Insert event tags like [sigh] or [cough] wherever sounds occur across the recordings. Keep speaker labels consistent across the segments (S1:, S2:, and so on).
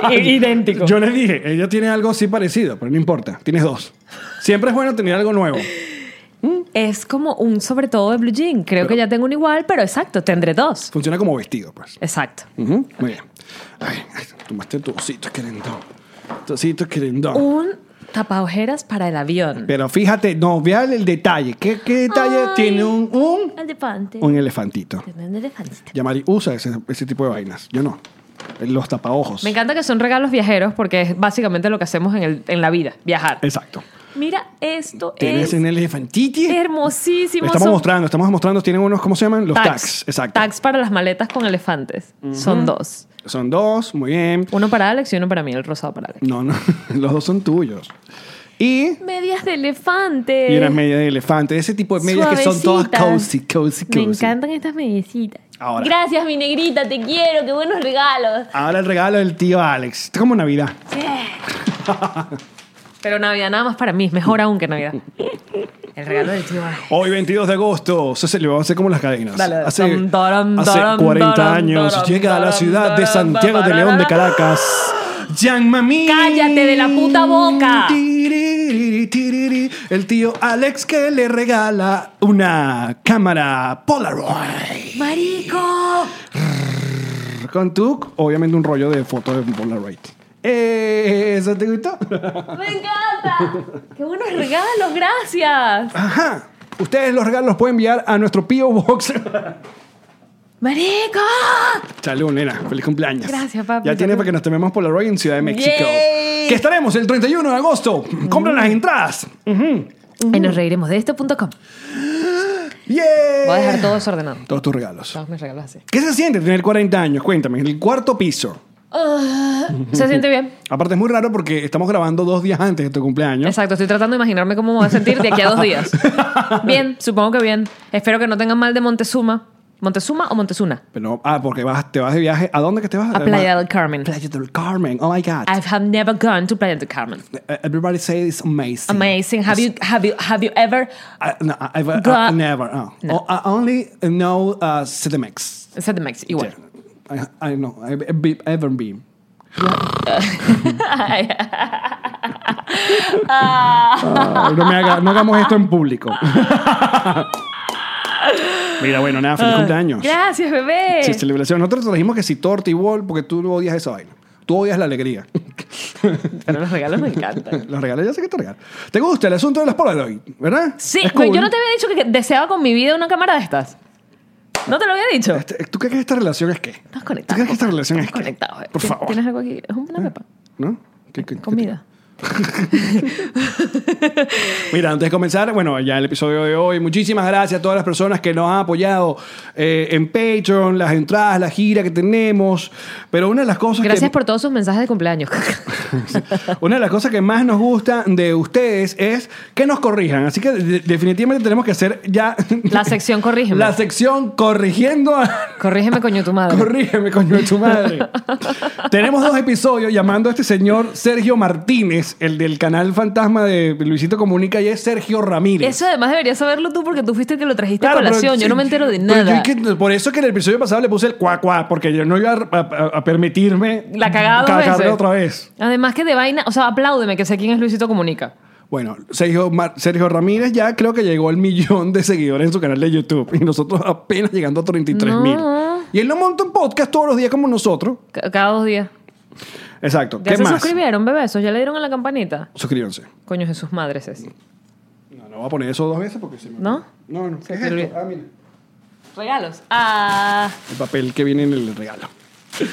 S1: I- Idéntico.
S2: Yo le dije, ella tiene algo así parecido, pero no importa, tienes dos. Siempre es bueno tener algo nuevo.
S1: Mm, Es como un sobre todo de Blue Jean. Creo que ya tengo uno igual, pero exacto, tendré dos.
S2: Funciona como vestido, pues.
S1: Exacto.
S2: Ujú, Muy bien. Ay, ay, tomaste tu osito querendón. Tu osito querendón.
S1: Un tapaojeras para el avión.
S2: Pero fíjate, no, vean el detalle. ¿Qué, qué detalle
S1: Ay.
S2: tiene un, un,
S1: Elefante.
S2: un elefantito?
S1: Un elefante.
S2: Yamari usa ese, ese tipo de vainas. Yo no. Los tapaojos.
S1: Me encanta que son regalos viajeros porque es básicamente lo que hacemos en, el- en la vida, viajar.
S2: Exacto.
S1: Mira, esto
S2: Tienes
S1: es
S2: un elefantiti.
S1: hermosísimo.
S2: Estamos
S1: Son
S2: mostrando, estamos mostrando. Tienen unos, ¿cómo se llaman? Los tags. Exacto.
S1: Tags para las maletas con elefantes. Son dos.
S2: Son dos, muy bien.
S1: Uno para Alex y uno para mí, el rosado para Alex.
S2: No, [laughs] no, los dos son tuyos. Y,
S1: Medias de elefante.
S2: y unas medias de elefante, ese tipo de medias que son todas
S1: Suavecitas.
S2: cozy, cozy, cozy.
S1: Me encantan estas mediecitas.
S2: Ahora.
S1: Gracias, mi negrita, te quiero, qué buenos regalos.
S2: Ahora el regalo del tío Alex. Es como Navidad.
S1: Pero Navidad nada más para mí, es mejor aún que Navidad. El regalo del tío Alex.
S2: Hoy, 22 de agosto, se celebró hace como las cadenas.
S1: Dale, dale.
S2: hace,
S1: Tam, taram,
S2: hace
S1: taram,
S2: 40
S1: taram,
S2: años
S1: taram,
S2: llega a la
S1: taram,
S2: ciudad de
S1: taram,
S2: Santiago de
S1: taram,
S2: León de
S1: taram.
S2: Caracas. Jean Mami.
S1: Cállate de la puta boca.
S2: Tiriri. tiri, tiriri, el tío Alex que le regala una cámara Polaroid.
S1: ¡Marico!
S2: Con tu, obviamente, un rollo de fotos de Polaroid. Eh, ¿Eso te gustó?
S1: ¡Me encanta! ¡Qué buenos regalos! ¡Gracias!
S2: Ajá. Ustedes los regalos los pueden enviar a nuestro P.O. Box. [laughs]
S1: ¡Marico!
S2: Salud, nena. Feliz cumpleaños.
S1: Gracias, papi.
S2: Ya tiene
S1: Salud.
S2: para que nos tomemos Polaroid en Ciudad de México.
S1: Yay. Mm.
S2: Que estaremos el 31 de agosto. Compran las entradas. Ujú.
S1: Y nos reiremos de esto.com.
S2: ¡Yeah!
S1: Voy a dejar todo desordenado.
S2: Todos tus regalos.
S1: Todos mis regalos así.
S2: ¿Qué se siente tener 40 años? Cuéntame. En el cuarto piso.
S1: Ah, ¿Se siente bien?
S2: Aparte es muy raro porque estamos grabando dos días antes de tu cumpleaños.
S1: Exacto, estoy tratando de imaginarme cómo me voy a sentir de aquí a dos
S2: [laughs]
S1: días. Bien, supongo que bien. Espero que no tengan mal de Montezuma. ¿Montezuma o Montezuna?
S2: Pero, ah, porque vas, te vas de viaje. ¿A dónde que te vas?
S1: A Playa
S2: Ma-
S1: del Carmen.
S2: Playa del Carmen. Oh my God.
S1: I have never gone to Playa del Carmen.
S2: Everybody says it's amazing.
S1: Amazing. Have you, have you, have you ever?
S2: I- no, I- I've, uh,
S1: Go-
S2: never. oh. Oh, I only know uh, CDMX.
S1: Said the Mex, igual. [laughs]
S2: I, I know. I've be- ever been. Ah, no, me haga- no hagamos esto en público. [laughs] Mira, bueno, nada, feliz cumpleaños.
S1: Ah, Gracias, bebé.
S2: Sí, celebración. Nosotros trajimos que si torta y bol, porque tú odias esa vaina. Tú odias la alegría. [laughs]
S1: Pero los regalos me encantan.
S2: Los regalos ya sé que te regalan. ¿Te gusta el asunto de las Polaroid? ¿Verdad?
S1: Sí,
S2: Es
S1: pero
S2: cool.
S1: yo no te había dicho que deseaba con mi vida una cámara de estas. No te lo había dicho.
S2: Este, ¿Tú crees que esta relación es qué?
S1: Estás
S2: ¿Tú
S1: conectado.
S2: crees
S1: pues.
S2: que esta relación es
S1: Estás
S2: qué?
S1: conectado. eh.
S2: Por
S1: Tien-
S2: favor. Ah.
S1: ¿Tienes algo aquí? Es una pepa.
S2: ¿No? ¿Qué- qué- qué-
S1: Comida.
S2: Mira, antes de comenzar, bueno, ya el episodio de hoy, muchísimas gracias a todas las personas que nos han apoyado eh, en Patreon, las entradas, la gira que tenemos. Pero una de las cosas
S1: Gracias
S2: que, [laughs]
S1: por todos sus mensajes de cumpleaños. [laughs]
S2: Una de las cosas que más nos gusta de ustedes es que nos corrijan. Así que de- definitivamente tenemos que hacer ya [laughs]
S1: La sección corrígeme.
S2: la sección corrigiendo a...
S1: Corrígeme, coño, tu madre.
S2: [laughs] Corrígeme, coño de tu madre.
S1: [laughs]
S2: Tenemos dos episodios llamando a este señor Sergio Martínez, el del canal Fantasma de Luisito Comunica, y es Sergio Ramírez.
S1: Eso además deberías saberlo tú porque tú fuiste el que lo trajiste
S2: Claro,
S1: a
S2: pero
S1: colación. yo
S2: sí,
S1: no me entero de
S2: pero
S1: nada.
S2: yo que- por eso que en el episodio pasado le puse el cuá cuá, porque yo no iba a, a- a permitirme
S1: La cagada dos
S2: cagarla
S1: veces.
S2: otra vez.
S1: Además que de vaina, o sea, apláudeme que sé quién es Luisito Comunica.
S2: Bueno, Sergio, Mar- Sergio Ramírez ya creo que llegó al millón de seguidores en su canal de YouTube y nosotros apenas llegando a 33 mil.
S1: No.
S2: Y él no monta un podcast todos los días como nosotros.
S1: C- Cada dos días.
S2: Exacto.
S1: Ya
S2: ¿Qué
S1: se
S2: más?
S1: suscribieron, bebesos, ya le dieron a la campanita.
S2: Suscríbanse.
S1: Coño, Jesús madres es.
S2: No, no voy a poner eso dos veces porque se me...
S1: ¿No?
S2: No, no. ¿Qué es
S1: te
S2: esto?
S1: olvidó.
S2: Ah, mira.
S1: Regalos. Ah.
S2: El papel que viene en el regalo. [laughs]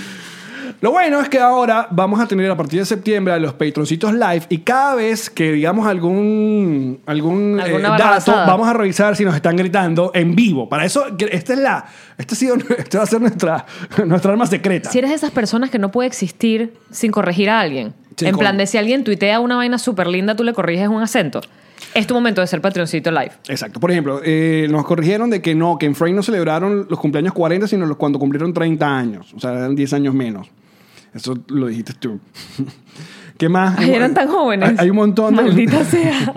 S2: Lo bueno es que ahora vamos a tener a partir de septiembre a los patroncitos live y cada vez que digamos algún, algún
S1: Alguna
S2: eh, dato
S1: barrabasada.
S2: vamos a revisar si nos están gritando en vivo. Para eso, que- esta es la, esta ha sido, [laughs] esta va a ser nuestra, [laughs] nuestra arma secreta.
S1: Si eres de esas personas que no puede existir sin corregir a alguien.
S2: Sí,
S1: en
S2: con-
S1: plan de si alguien tuitea una vaina súper linda, tú le corriges un acento. Es tu momento de ser patroncito live.
S2: Exacto. Por ejemplo, eh, nos corrigieron de que no, que en Frame no celebraron los cumpleaños 40, sino los cuando cumplieron 30 años. O sea, eran 10 años menos. Eso lo dijiste tú. [laughs] ¿Qué más?
S1: Ay, eran tan jóvenes.
S2: Hay, hay un montón de... [laughs]
S1: Maldita sea.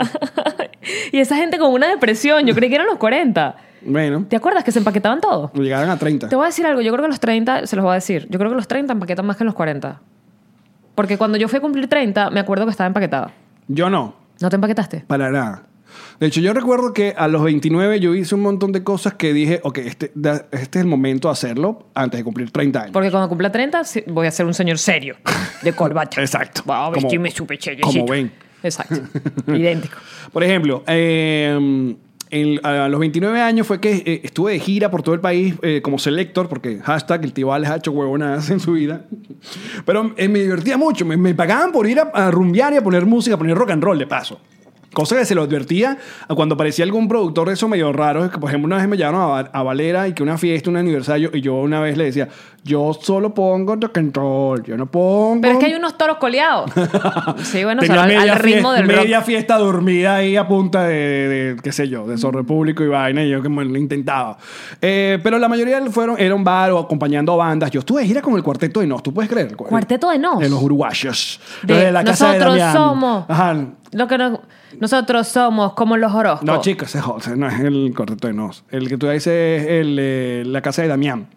S1: [laughs] y esa gente con una depresión, yo creí que eran los 40.
S2: Bueno,
S1: ¿Te acuerdas que se empaquetaban todo?
S2: llegaron a 30.
S1: Te voy a decir algo, yo creo que los 30, se los voy a decir, yo creo que los 30 empaquetan más que los 40. Porque cuando yo fui a cumplir 30, me acuerdo que estaba empaquetada.
S2: Yo no,
S1: ¿No te empaquetaste?
S2: para nada. De hecho, yo recuerdo que a los 29 yo hice un montón de cosas que dije, ok, este, da- este es el momento de hacerlo antes de cumplir 30 años.
S1: Porque cuando cumpla 30, sí, voy a ser un señor serio, de corbata.
S2: [laughs] Exacto.
S1: Wow,
S2: Como-
S1: vestirme súper chévere.
S2: como ven. [laughs]
S1: Exacto. Idéntico.
S2: Por ejemplo, eh, en- a los 29 años fue que eh, estuve de gira por todo el país eh, como selector, porque hashtag el tío Alex ha hecho huevonadas en su vida. Pero eh, me divertía mucho. Me, me pagaban por ir a, a rumbear y a poner música, a poner rock and roll de paso. Cosa que se lo advertía a cuando aparecía algún productor de esos medio raros. Que, por ejemplo, una vez me llamaron a, Val- a Valera y que una fiesta, un aniversario, y yo una vez le decía, yo solo pongo rock and roll, yo no pongo...
S1: Pero es que hay unos toros
S2: [laughs]
S1: coleados. Sí, bueno, o
S2: Tenía
S1: sea, al- al,
S2: media
S1: ritmo
S2: fiesta,
S1: del rock.
S2: media fiesta dormida ahí a punta de, de- qué sé yo, de zorro público y vaina, y yo que bueno, lo intentaba. Eh, pero la mayoría fueron, era un bar o acompañando a bandas. Yo estuve de gira con el cuarteto de Nos, ¿tú puedes creer?
S1: Cuarteto de Nos.
S2: De los uruguayos.
S1: De
S2: Los la casa de
S1: nosotros
S2: Damián.
S1: somos.
S2: Ajá.
S1: Lo que nos- nosotros somos como los Orozco.
S2: No, chicos, ese es otro, no es el cuarteto de Nos. El que tú dices es el, eh, la casa de Damián.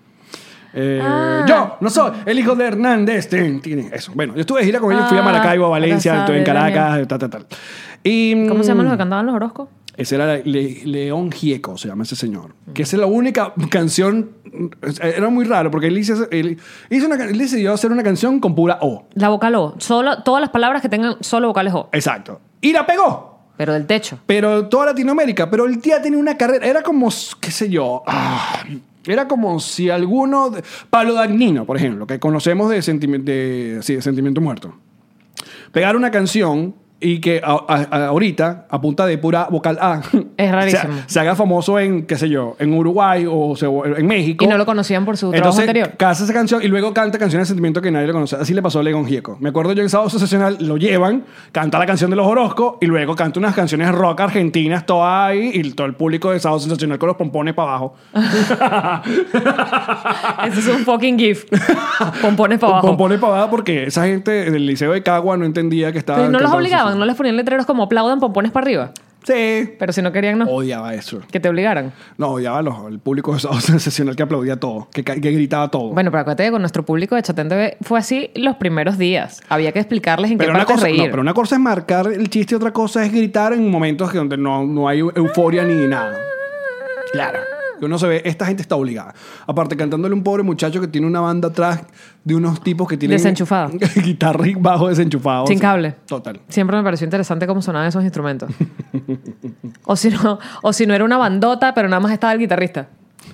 S2: Eh,
S1: Ah.
S2: Yo no soy el hijo de Hernández. Tin, tin, Eso. Bueno, yo estuve de gira con ellos, fui a
S1: Ah,
S2: Maracaibo, a Valencia,
S1: la casa
S2: estuve en
S1: de Damián.
S2: Caracas, tal, tal, tal. Y,
S1: ¿Cómo se
S2: mm,
S1: llaman los que cantaban los Orozco?
S2: Ese era Le- León Gieco, se llama ese señor. Que esa es la única canción. eh, Era muy raro porque él, hizo, él, hizo una, él decidió hacer una canción con pura O.
S1: La vocal O. Solo, todas las palabras que tengan solo vocales O.
S2: Exacto. Y la pegó.
S1: Pero del techo.
S2: Pero toda Latinoamérica. Pero el tía tenía una carrera. Era como, qué sé yo. ah, era como si alguno. de- Pablo Dagnino, por ejemplo, que conocemos de, sentimi- de- sí, de Sentimiento Muerto. Pegar una canción y que a- a- a- ahorita, a punta de pura vocal [laughs] A,
S1: Es
S2: se,
S1: rarísimo.
S2: se haga famoso en, qué sé yo, en Uruguay o, se- o en México.
S1: Y no lo conocían por su trabajo anterior.
S2: Casa esa canción y luego canta canciones de sentimiento que nadie le conoce. Así le pasó a León Gieco. Me acuerdo yo en Sábado Sensacional lo llevan, canta la canción de los Orozco y luego canta unas canciones rock argentinas, todas ahí y todo el público de Sábado Sensacional con los pompones para
S1: [laughs]
S2: abajo.
S1: Eso es un fucking
S2: [laughs]
S1: gif. Pompones para
S2: Con
S1: abajo.
S2: pompones para abajo porque esa gente del Liceo de Cagua no entendía que estaba.
S1: Pero no los
S2: cantando
S1: obligaban,
S2: esa-
S1: no les ponían letreros como aplaudan pompones para arriba.
S2: Sí.
S1: Pero si no querían, no.
S2: Odiaba eso.
S1: Que te obligaran.
S2: No, odiaba a los- al público de Sábado Sensacional que aplaudía todo, que, ca- que gritaba todo.
S1: Bueno, pero acuérdate que con nuestro público de Chatén TV fue así los primeros días. Había que explicarles en
S2: Pero
S1: qué
S2: una,
S1: parte
S2: cosa,
S1: reír.
S2: no, pero una cosa es marcar el chiste, otra cosa es gritar en momentos que donde no, no hay euforia ni nada. Claro. Que uno se ve, esta gente está obligada. Aparte, cantándole a un pobre muchacho que tiene una banda atrás de unos tipos que tienen.
S1: Desenchufado.
S2: [laughs] guitarra y bajo desenchufado.
S1: Sin cable.
S2: Total.
S1: Siempre me pareció interesante cómo sonaban esos instrumentos. o, si no, o si no era una bandota, pero nada más estaba el guitarrista.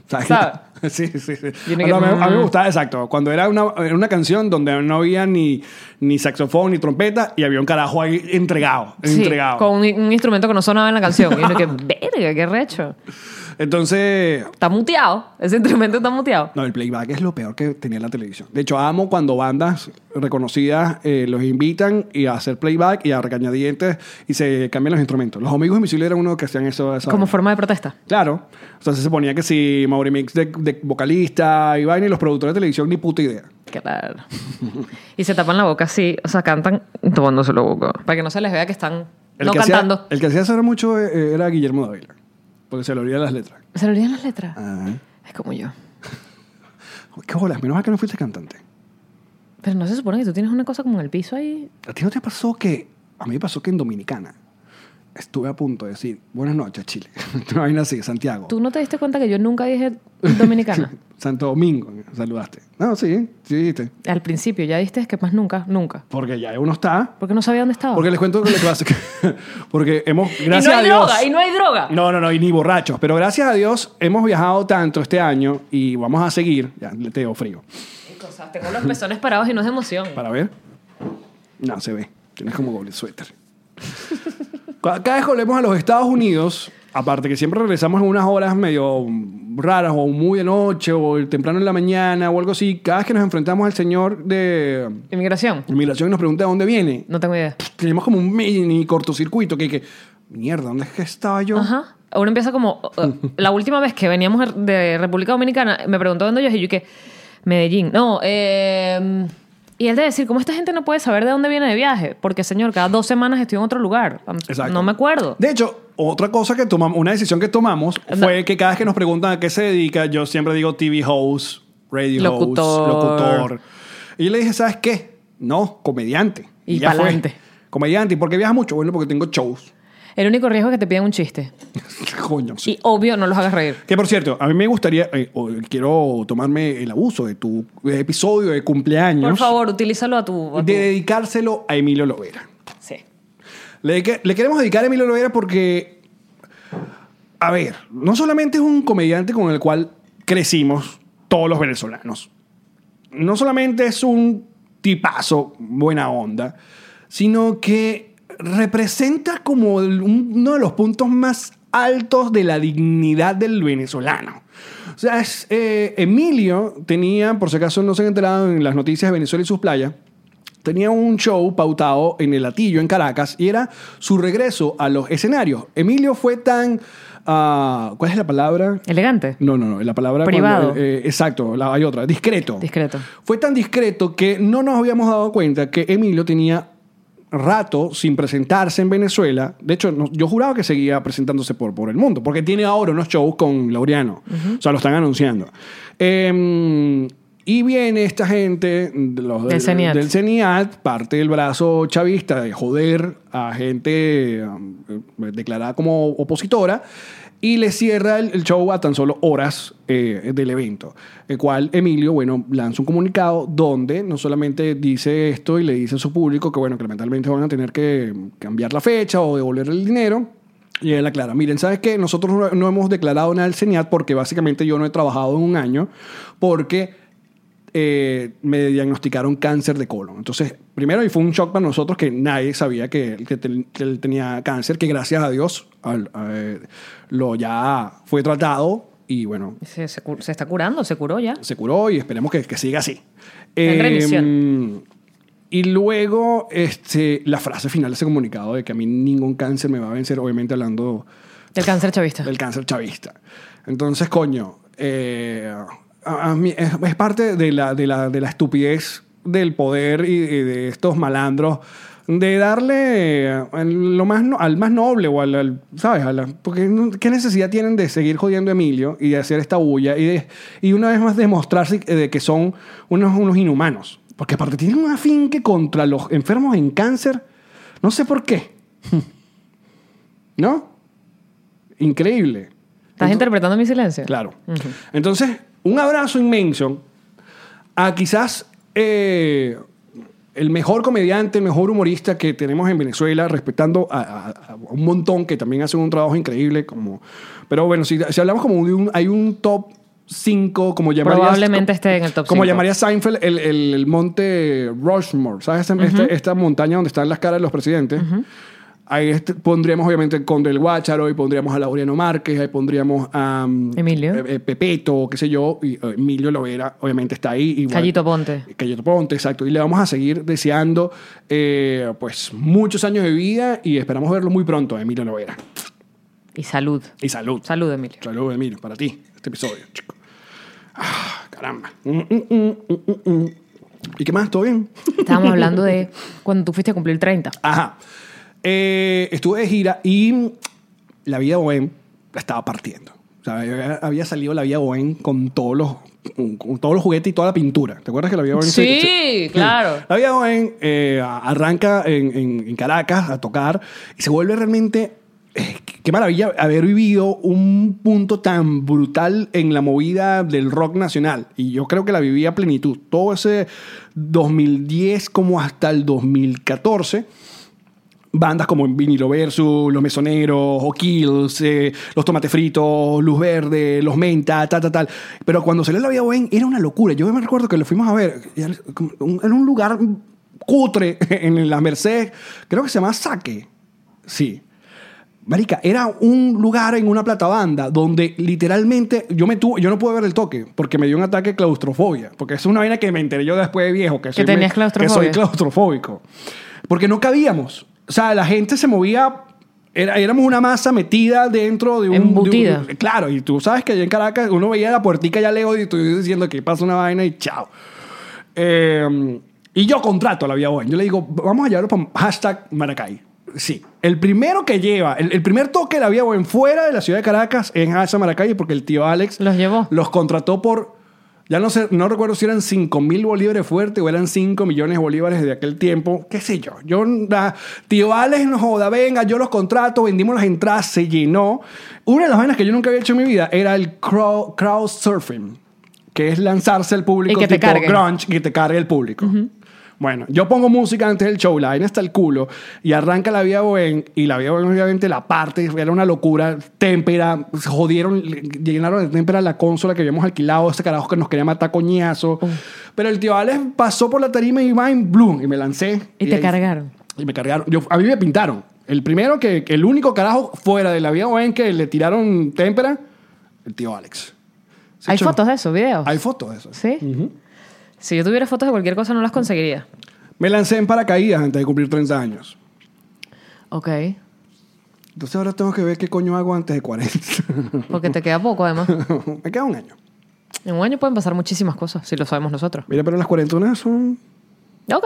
S2: ¿Sabes?
S1: ¿Sabe?
S2: [laughs] Sí, sí, sí.
S1: Y uno
S2: Bueno, a,
S1: que-
S2: mí, a mí me gustaba, exacto. Cuando era una, era una canción donde no había ni, ni saxofón ni trompeta y había un carajo ahí entregado.
S1: Sí,
S2: entregado.
S1: con un, un instrumento que no sonaba en la canción. Y uno que, verga, qué recho.
S2: Entonces,
S1: Está muteado. Ese instrumento está muteado.
S2: No, el playback es lo peor que tenía la televisión. De hecho, amo cuando bandas reconocidas eh, los invitan y a hacer playback y a regañadientes y se cambian los instrumentos. Los amigos invisibles eran uno que hacían eso. esa
S1: Como
S2: vaina.
S1: forma de protesta.
S2: Claro. Entonces se ponía que si Mauri Mix de, de vocalista y vaina y los productores de televisión ni puta idea.
S1: Claro. y se tapan la boca así. O sea, cantan tomándose la boca. Para que no se les vea que están no
S2: que
S1: cantando.
S2: Hacía, el que hacía eso era mucho eh, era Guillermo Dávila. Porque se le olvidan las letras.
S1: Se le olvidan las letras.
S2: Ah.
S1: Es como yo.
S2: Qué bolas, menos mal que no fuiste cantante.
S1: Pero no se supone que tú tienes una cosa como en el piso ahí.
S2: ¿A ti no te pasó que.? A mí me pasó que en Dominicana estuve a punto de decir, buenas noches, Chile. [laughs] Una vaina así, Santiago.
S1: Tú no te diste cuenta que yo nunca dije dominicana.
S2: Santo Domingo, saludaste. No, sí, sí, dijiste.
S1: Al principio ya diste que más nunca, nunca.
S2: Porque ya uno está.
S1: Porque no sabía dónde estaba.
S2: Porque les cuento lo que [laughs] pasa. Porque hemos.
S1: y no hay
S2: Gracias a Dios.
S1: droga, y no hay droga.
S2: No, no, no, y ni borrachos. Pero gracias a Dios hemos viajado tanto este año y vamos a seguir. Ya, le te doy frío.
S1: Cosas, tengo los pezones parados y no es de emoción.
S2: Para ver. No, se ve. Tienes como doble suéter. Cada cada vez que volvemos a los Estados Unidos, aparte que siempre regresamos en unas horas medio raras o muy de noche o temprano en la mañana o algo así, cada vez que nos enfrentamos al señor de
S1: Inmigración.
S2: inmigración y nos pregunta de dónde viene,
S1: No tengo idea.
S2: tenemos como un mini cortocircuito que, que mierda, ¿dónde es que estaba yo?
S1: Ajá. Uno empieza como. uh, la última vez que veníamos er, de República Dominicana, me preguntó dónde yo y yo que. Medellín. No, eh, Y él debe decir, ¿cómo esta gente no puede saber de dónde viene de viaje? Porque, señor, cada dos semanas estoy en otro lugar.
S2: Exacto.
S1: No me acuerdo.
S2: De hecho, otra cosa que tomamos, una decisión que tomamos fue que cada vez que nos preguntan a qué se dedica, yo siempre digo TV host, radio host,
S1: Locutor.
S2: locutor. Y yo le dije, ¿sabes qué? No, comediante.
S1: Y
S2: ya fue.
S1: pa'lante.
S2: Comediante. ¿Y por qué viaja mucho? Bueno, porque tengo shows. [laughs]
S1: El único riesgo es que te piden un chiste.
S2: Coño, sí.
S1: Y obvio, no los hagas reír.
S2: Que por cierto, a mí me gustaría, eh, o- quiero tomarme el abuso de tu episodio de cumpleaños.
S1: Por favor, utilízalo a tu. a tu-
S2: De dedicárselo a Emilio Lovera.
S1: Sí.
S2: Le, que- le queremos dedicar a Emilio Lovera porque, a ver, no solamente es un comediante con el cual crecimos todos los venezolanos. No solamente es un tipazo, buena onda, sino que representa como el- un- uno de los puntos más altos de la dignidad del venezolano. O sea, es, eh, Emilio tenía, por si acaso no se han enterado en las noticias de Venezuela y sus playas, tenía un show pautado en el Latillo, en Caracas, y era su regreso a los escenarios. Emilio fue tan... ah, ¿Cuál es la palabra?
S1: Elegante.
S2: No, no, no, la palabra...
S1: Privado.
S2: eh, exacto, la- hay otra, discreto.
S1: Discreto.
S2: Fue tan discreto que no nos habíamos dado cuenta que Emilio tenía rato sin presentarse en Venezuela. De hecho, no- yo juraba que seguía presentándose por, por el mundo, porque tiene ahora unos shows con Laureano. O sea, lo están anunciando. Eh, Y viene esta gente de los
S1: Del CENIAT.
S2: del CENIAT, parte del brazo chavista de joder a gente eh, declarada como opositora, y le cierra el, el show a tan solo horas eh, del evento. El cual Emilio, bueno, lanza un comunicado donde no solamente dice esto y le dice a su público que, bueno, que lamentablemente van a tener que um, cambiar la fecha o devolver el dinero. Y él aclara, miren, ¿sabes qué? Nosotros no, no hemos declarado nada al CENIAT porque básicamente yo no he trabajado en un año porque eh, me diagnosticaron cáncer de colon. Entonces, primero, y fue un shock para nosotros que nadie sabía que, que ten- que él tenía cáncer, que gracias a Dios al- eh, lo ya fue tratado y bueno,
S1: Se, se cu- se está curando, se curó ya.
S2: se curó y esperemos que, que siga así.
S1: En
S2: remisión. Y luego, este, la frase final de ese comunicado de que a mí ningún cáncer me va a vencer, obviamente hablando
S1: El cáncer chavista.
S2: del cáncer chavista. Entonces, coño, eh, a- a mí- es, es parte de la, de, la, de la estupidez del poder y, y de estos malandros de darle eh, al- lo más no- al más noble o al, al- sabes A la- porque no- qué necesidad tienen de seguir jodiendo a Emilio y de hacer esta bulla y de- y una vez más demostrarse eh, de que son unos unos inhumanos porque aparte tienen un afín que contra los enfermos en cáncer no sé por qué no increíble
S1: ¿Estás interpretando mi silencio?
S2: Claro. Entonces, un abrazo inmenso a quizás eh, el mejor comediante, el mejor humorista que tenemos en Venezuela, respetando a, a- a un montón que también hacen un trabajo increíble. Como, pero bueno, si, si hablamos como de un, hay un top 5, como llamaría...
S1: Probablemente esté en el top
S2: Como
S1: cinco.
S2: llamaría Seinfeld el, el- el monte Rushmore, ¿sabes? Este- este- esta montaña donde están las caras de los presidentes. Ahí este- pondríamos obviamente el Conde del Guácharo, ahí pondríamos a Laureano Márquez, ahí pondríamos a... mm,
S1: Emilio.
S2: eh, eh, Pepeto, qué sé yo, y eh, Emilio Lovera, obviamente está ahí. igual-
S1: Callito Ponte.
S2: Cayetano Ponte, exacto. Y le vamos a seguir deseando eh, pues muchos años de vida y esperamos verlo muy pronto, Emilio Lovera.
S1: Y salud.
S2: Y salud.
S1: Salud, Emilio.
S2: Salud, Emilio, para ti, este episodio, chico. Ah, caramba. Mm, mm, mm, mm, mm, mm. ¿Y qué más? ¿Todo bien?
S1: Estábamos hablando de cuando tú fuiste a cumplir 30.
S2: Ajá. Eh, estuve de gira y la vida Bohem la estaba partiendo. O sea, yo había- había salido la vida Bohem con todos los con todos los juguetes y toda la pintura. ¿Te acuerdas que la vida Bohem?
S1: Sí, claro.
S2: La vida Bohem eh, a- arranca en, en- en Caracas a tocar y se vuelve realmente eh, Qué maravilla haber vivido un punto tan brutal en la movida del rock nacional. Y yo creo que la viví a plenitud. Todo ese 2010 como hasta el 2014 bandas como Vinilo Versus, Los Mesoneros, O Kills, eh, Los Tomates Fritos, Luz Verde, Los Menta, tal, tal, tal. Pero cuando salió La Vida Buen era una locura. Yo me recuerdo que lo fuimos a ver y era como un- en un lugar cutre [laughs] en las Mercedes, creo que se llama Saque. Sí. Marica, era un lugar en una platabanda donde literalmente yo me tuve, yo no pude ver el toque porque me dio un ataque de claustrofobia. Porque es una vaina que me enteré yo después de viejo, que, soy,
S1: tenías
S2: que soy
S1: claustrofobia.
S2: claustrofóbico. Porque no cabíamos. O sea, la gente se movía. era- éramos una masa metida dentro de un. de un-
S1: Embutida.
S2: claro, y tú sabes que allá en Caracas uno veía la puertica ya lejos y tú diciendo que pasa una vaina y chao. Eh, y yo contrato a la Vía Bohem. Yo le digo, vamos a llevarlo para hashtag Maracay. Sí. El primero que lleva, el, el primer toque de la Vía Bohem fuera de la ciudad de Caracas es a Maracay porque el tío Alex
S1: Los llevó.
S2: los contrató por, ya no sé, no recuerdo si eran 5 mil bolívares fuerte o eran 5 millones de bolívares de aquel tiempo, qué sé yo. Yo, la- tío Alex, no joda, venga, yo los contrato, vendimos las entradas, se llenó. Una de las vainas que yo nunca había hecho en mi vida era el crow- crowd surfing, que es lanzarse al público
S1: Y que te
S2: tipo
S1: carguen.
S2: grunge y que te cargue el público. Bueno, yo pongo música antes del show, la vaina está el culo, y arranca la Vía Bohem, y la Vía Bohem obviamente la parte, era una locura, témpera, se jodieron, le- llenaron de témpera la consola que habíamos alquilado, ese carajo que nos quería matar coñazo. Pero el tío Alex pasó por la tarima y va en bloom, y me lancé.
S1: Y te
S2: ahí-
S1: cargaron.
S2: Y me cargaron. Yo- a mí me pintaron. El primero que, el único carajo fuera de la Vía Bohem que le tiraron témpera, el tío Alex. Se
S1: ¿Hay
S2: echó-
S1: fotos de eso, videos?
S2: Hay fotos de eso.
S1: ¿Sí? Si yo tuviera fotos de cualquier cosa, no las conseguiría.
S2: Me lancé en paracaídas antes de cumplir 30 años.
S1: Ok.
S2: Entonces ahora tengo que ver qué coño hago antes de 40.
S1: Porque te queda poco, además.
S2: [laughs] Me queda un año.
S1: En un año pueden pasar muchísimas cosas, si lo sabemos nosotros.
S2: Mira, pero las cuarentonas son...
S1: Ok.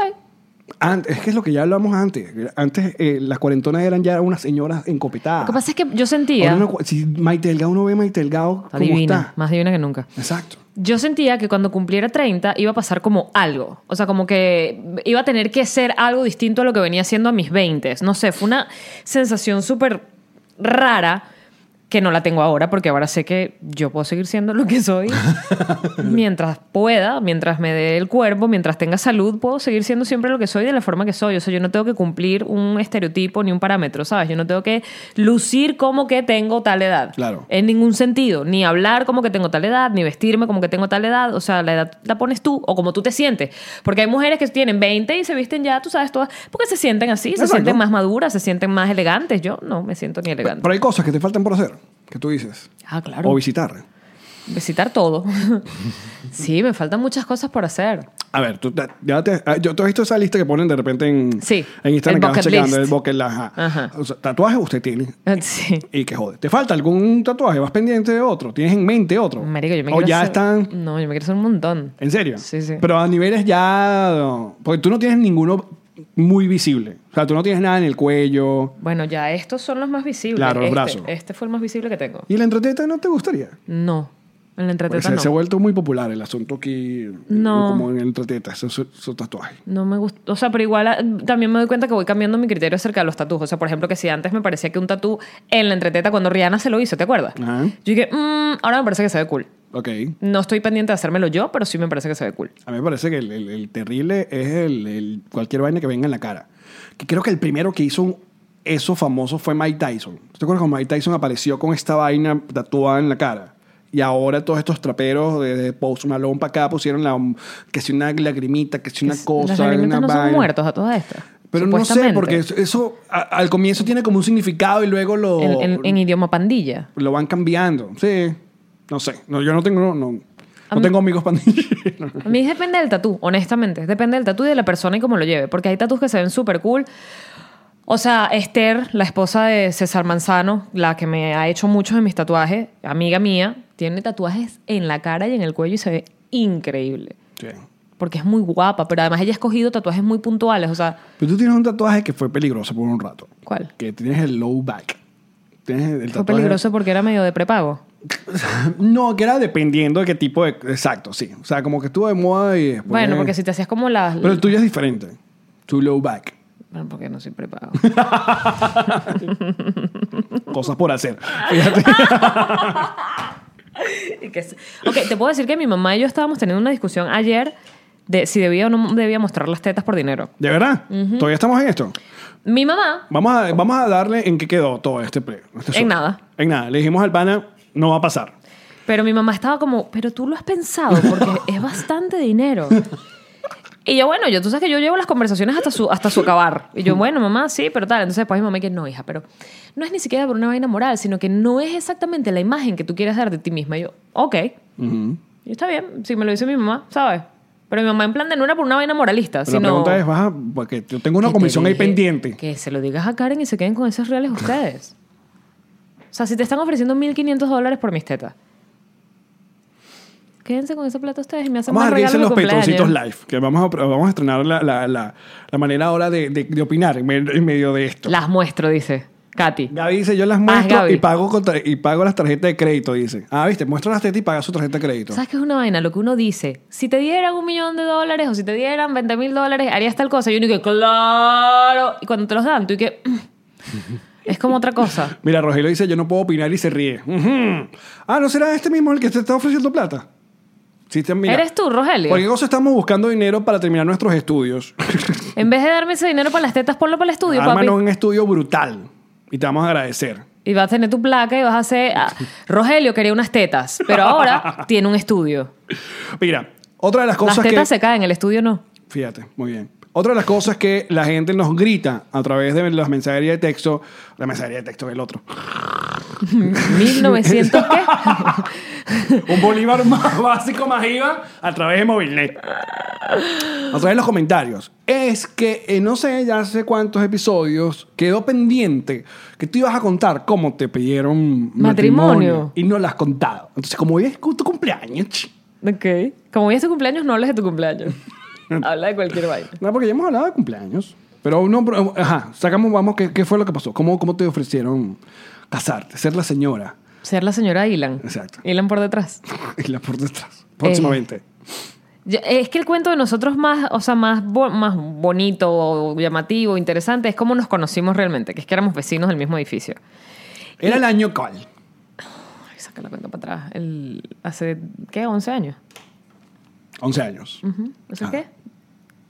S2: Antes, es que es lo que ya hablamos antes. Antes eh, las cuarentonas eran ya unas señoras encopetadas.
S1: Lo que pasa es que yo
S2: Ahora
S1: sentía...
S2: una cua- si Maite Delgado uno ve Maite Delgado,
S1: Está
S2: ¿cómo
S1: divina,
S2: está?
S1: más divina que nunca.
S2: Exacto.
S1: yo sentía que cuando cumpliera 30 iba a pasar como algo. O sea, como que iba a tener que ser algo distinto a lo que venía siendo a mis 20. No sé, fue una sensación súper rara que no la tengo ahora porque ahora sé que yo puedo seguir siendo lo que soy [laughs] mientras pueda, mientras me dé el cuerpo, mientras tenga salud, puedo seguir siendo siempre lo que soy de la forma que soy. O sea, yo no tengo que cumplir un estereotipo ni un parámetro, ¿sabes? Yo no tengo que lucir como que tengo tal edad.
S2: Claro.
S1: En ningún sentido, ni hablar como que tengo tal edad, ni vestirme como que tengo tal edad, o sea, la edad la pones tú o como tú te sientes, porque hay mujeres que tienen 20 y se visten ya, tú sabes todas, porque se sienten así,
S2: Exacto.
S1: se sienten más maduras, se sienten más elegantes, yo no me siento ni elegante.
S2: Pero hay cosas que te faltan por hacer, que tú dices.
S1: Ah, claro.
S2: O visitar.
S1: Visitar todo. [laughs] sí, me faltan muchas cosas por hacer. [laughs]
S2: A ver, tú, te- ya te, ah, yo, ¿tú has visto esa lista que ponen de repente en,
S1: Sí,
S2: en Instagram?
S1: el
S2: que vas
S1: bucket
S2: checando,
S1: list.
S2: El bucket list, ajá.
S1: Ajá.
S2: O sea, tatuajes usted tiene.
S1: Sí.
S2: Y que jode. ¿Te falta algún tatuaje? ¿Vas pendiente de otro? ¿Tienes en mente otro?
S1: Marico, yo me
S2: o
S1: quiero
S2: Oh, ya
S1: hacer-
S2: están... Eh.
S1: No, yo me quiero hacer un montón.
S2: ¿En serio?
S1: Sí, sí.
S2: Pero a niveles ya... no, Porque tú no tienes ninguno muy visible. O sea, tú no tienes nada en el cuello.
S1: Bueno, ya estos son los más visibles.
S2: Claro, los
S1: este,
S2: brazos.
S1: Este fue el más visible que tengo.
S2: ¿Y la entreteta no te gustaría?
S1: No. En la
S2: Porque
S1: entreteta
S2: se,
S1: no.
S2: se ha vuelto muy popular el asunto aquí.
S1: No.
S2: Como en el entreteta, esos esos tatuajes.
S1: No me gusta, o sea, pero igual ah, también me doy cuenta que voy cambiando mi criterio acerca de los tatús. O sea, por ejemplo, que si antes me parecía que un tatú en la entreteta cuando Rihanna se lo hizo, ¿te acuerdas?
S2: Ajá.
S1: Yo dije, "Mm, ahora me parece que se ve cool.
S2: Ok.
S1: No estoy pendiente de hacérmelo yo, pero sí me parece que se ve cool.
S2: A mí me parece que el, el- el terrible es el, el- cualquier vaina que venga en la cara. Que creo que el primero que hizo un- eso famoso fue Mike Tyson. ¿Tú ¿Te acuerdas cuando Mike Tyson apareció con esta vaina tatuada en la cara? Y ahora todos estos traperos de, de Post Malone para acá pusieron la, que si una lagrimita, que si una
S1: Que s-
S2: cosa,
S1: Las lagrimitas
S2: una
S1: no son
S2: vaina.
S1: muertos a todas estas.
S2: Pero no sé,
S1: supuestamente.
S2: porque eso, eso a- al comienzo tiene como un significado y luego lo,
S1: En, en- en idioma pandilla.
S2: lo van cambiando. Sí, no sé. No, yo no tengo, no, no,
S1: A
S2: no
S1: mí-
S2: tengo amigos [laughs] pandilleros.
S1: A mí depende del tatú, honestamente. Depende del tatú y de la persona y cómo lo lleve. Porque hay tatús que se ven súper cool. O sea, Esther, la esposa de César Manzano, la que me ha hecho muchos de mis tatuajes, amiga mía, tiene tatuajes en la cara y en el cuello y se ve increíble.
S2: Sí.
S1: Porque es muy guapa, pero además ella ha escogido tatuajes muy puntuales. O sea,
S2: Pero Pues tú tienes un tatuaje que fue peligroso por un rato.
S1: ¿cuál?
S2: Que tienes el low back. Tienes el
S1: Fue
S2: tatuaje-
S1: peligroso porque era medio de prepago.
S2: [laughs] No, que era dependiendo de qué tipo de... Exacto, sí. O sea, como que estuvo de moda y después...
S1: Bueno, porque si te hacías como las...
S2: Pero el tuyo es diferente. Tu low back.
S1: Bueno, porque no soy prepago.
S2: Cosas por hacer. [laughs] Fíjate.
S1: Y que se- ok, te puedo decir que mi mamá y yo estábamos teniendo una discusión ayer de si debía o no debía mostrar las tetas por dinero.
S2: ¿De verdad? Todavía estamos en esto.
S1: Mi mamá,
S2: Vamos a, vamos a darle en qué quedó todo este pleo. este asunto.
S1: nada.
S2: En nada. Le dijimos al pana, no va a pasar.
S1: pero mi mamá estaba como, pero tú lo has pensado
S2: [laughs]
S1: porque es bastante dinero. Y yo, bueno, yo, tú sabes que yo llevo las conversaciones hasta su, hasta su acabar. Y yo, bueno, mamá, sí, pero tal. Entonces después mi mamá que no, hija, pero no es ni siquiera por una vaina moral, sino que no es exactamente la imagen que tú quieres dar de ti misma. Y yo, ok,
S2: Ujú.
S1: y está bien, si me lo dice mi mamá, ¿sabes? Pero mi mamá en plan de no era por una vaina moralista,
S2: Pero
S1: sino...
S2: la pregunta es, vas a- Porque yo tengo una
S1: que te
S2: comisión ahí
S1: dije
S2: pendiente.
S1: Que se lo digas a Karen y se queden con esos reales ustedes. O sea, si te están ofreciendo 1.500 dólares por mis tetas, quédense con esa plata ustedes y me hacen
S2: Vamos a
S1: más regalo
S2: reírse
S1: de
S2: los
S1: cumpleaños.
S2: Petroncitos Live, que vamos a, vamos a estrenar la, la- la- la manera ahora de, de- de opinar en, me- en medio de esto.
S1: Las muestro, dice Katy.
S2: Gaby dice, yo las muestro
S1: Gaby.
S2: y pago, con tar- y pago las tarjetas de crédito, dice. Ah, viste, muestra las tetas y paga su tarjeta de crédito.
S1: ¿Sabes qué es una vaina? Lo que uno dice. Si te dieran un millón de dólares o si te dieran 20 mil dólares, harías tal cosa. Y uno que, claro. Y cuando te los dan, tú y que... [clears throat] "Mm". Es como otra cosa.
S2: Mira, Rogelio dice, yo no puedo opinar y se ríe. Ujú. Ah, ¿no será este mismo el que te está ofreciendo plata? Sí, te- mira,
S1: Eres tú, Rogelio.
S2: Cualquier cosa estamos buscando dinero para terminar nuestros estudios. [laughs]
S1: En vez de darme ese dinero para las tetas, ponlo para el estudio, papi.
S2: Ármanos un estudio brutal y te vamos a agradecer.
S1: Y vas a tener tu placa y vas a hacer... ah, Rogelio quería unas tetas, pero [laughs] ahora tiene un estudio.
S2: Mira, otra de las
S1: Las
S2: cosas que...
S1: tetas se caen, el estudio [laughs] no.
S2: Fíjate, muy bien. Otra de las cosas que la gente nos grita a través de las mensajerías de texto, la mensajería de texto del otro,
S1: 1900 qué?
S2: un bolívar más básico más IVA a través de Movilnet. A través de los comentarios. Es que, eh, no sé, ya hace cuántos episodios quedó pendiente que tú ibas a contar cómo te pidieron matrimonio,
S1: Matrimonio.
S2: y no lo has contado. Entonces, como hoy es tu cumpleaños, ch-
S1: [laughs] ok. Como hoy es tu cumpleaños, no hables de tu [laughs] cumpleaños. Habla de cualquier vaina.
S2: no, porque ya hemos hablado de cumpleaños. Pero no, pero, ajá, sacamos, vamos, ¿qué, qué fue lo que pasó? ¿Cómo, ¿Cómo te ofrecieron casarte, ser la señora? [laughs]
S1: Ser la señora Ilan.
S2: Exacto.
S1: Ilan por detrás.
S2: Y la por detrás. Próximamente.
S1: Ya- Es que el cuento de nosotros más, o sea, más, bo- más bonito, o llamativo, interesante, es cómo nos conocimos realmente, que es que éramos vecinos del mismo edificio.
S2: Era el año cuál.
S1: Ay, saca la cuenta para atrás. El- hace, ¿qué? ¿11 años?
S2: 11 años.
S1: ¿No sé
S2: Ah.
S1: qué?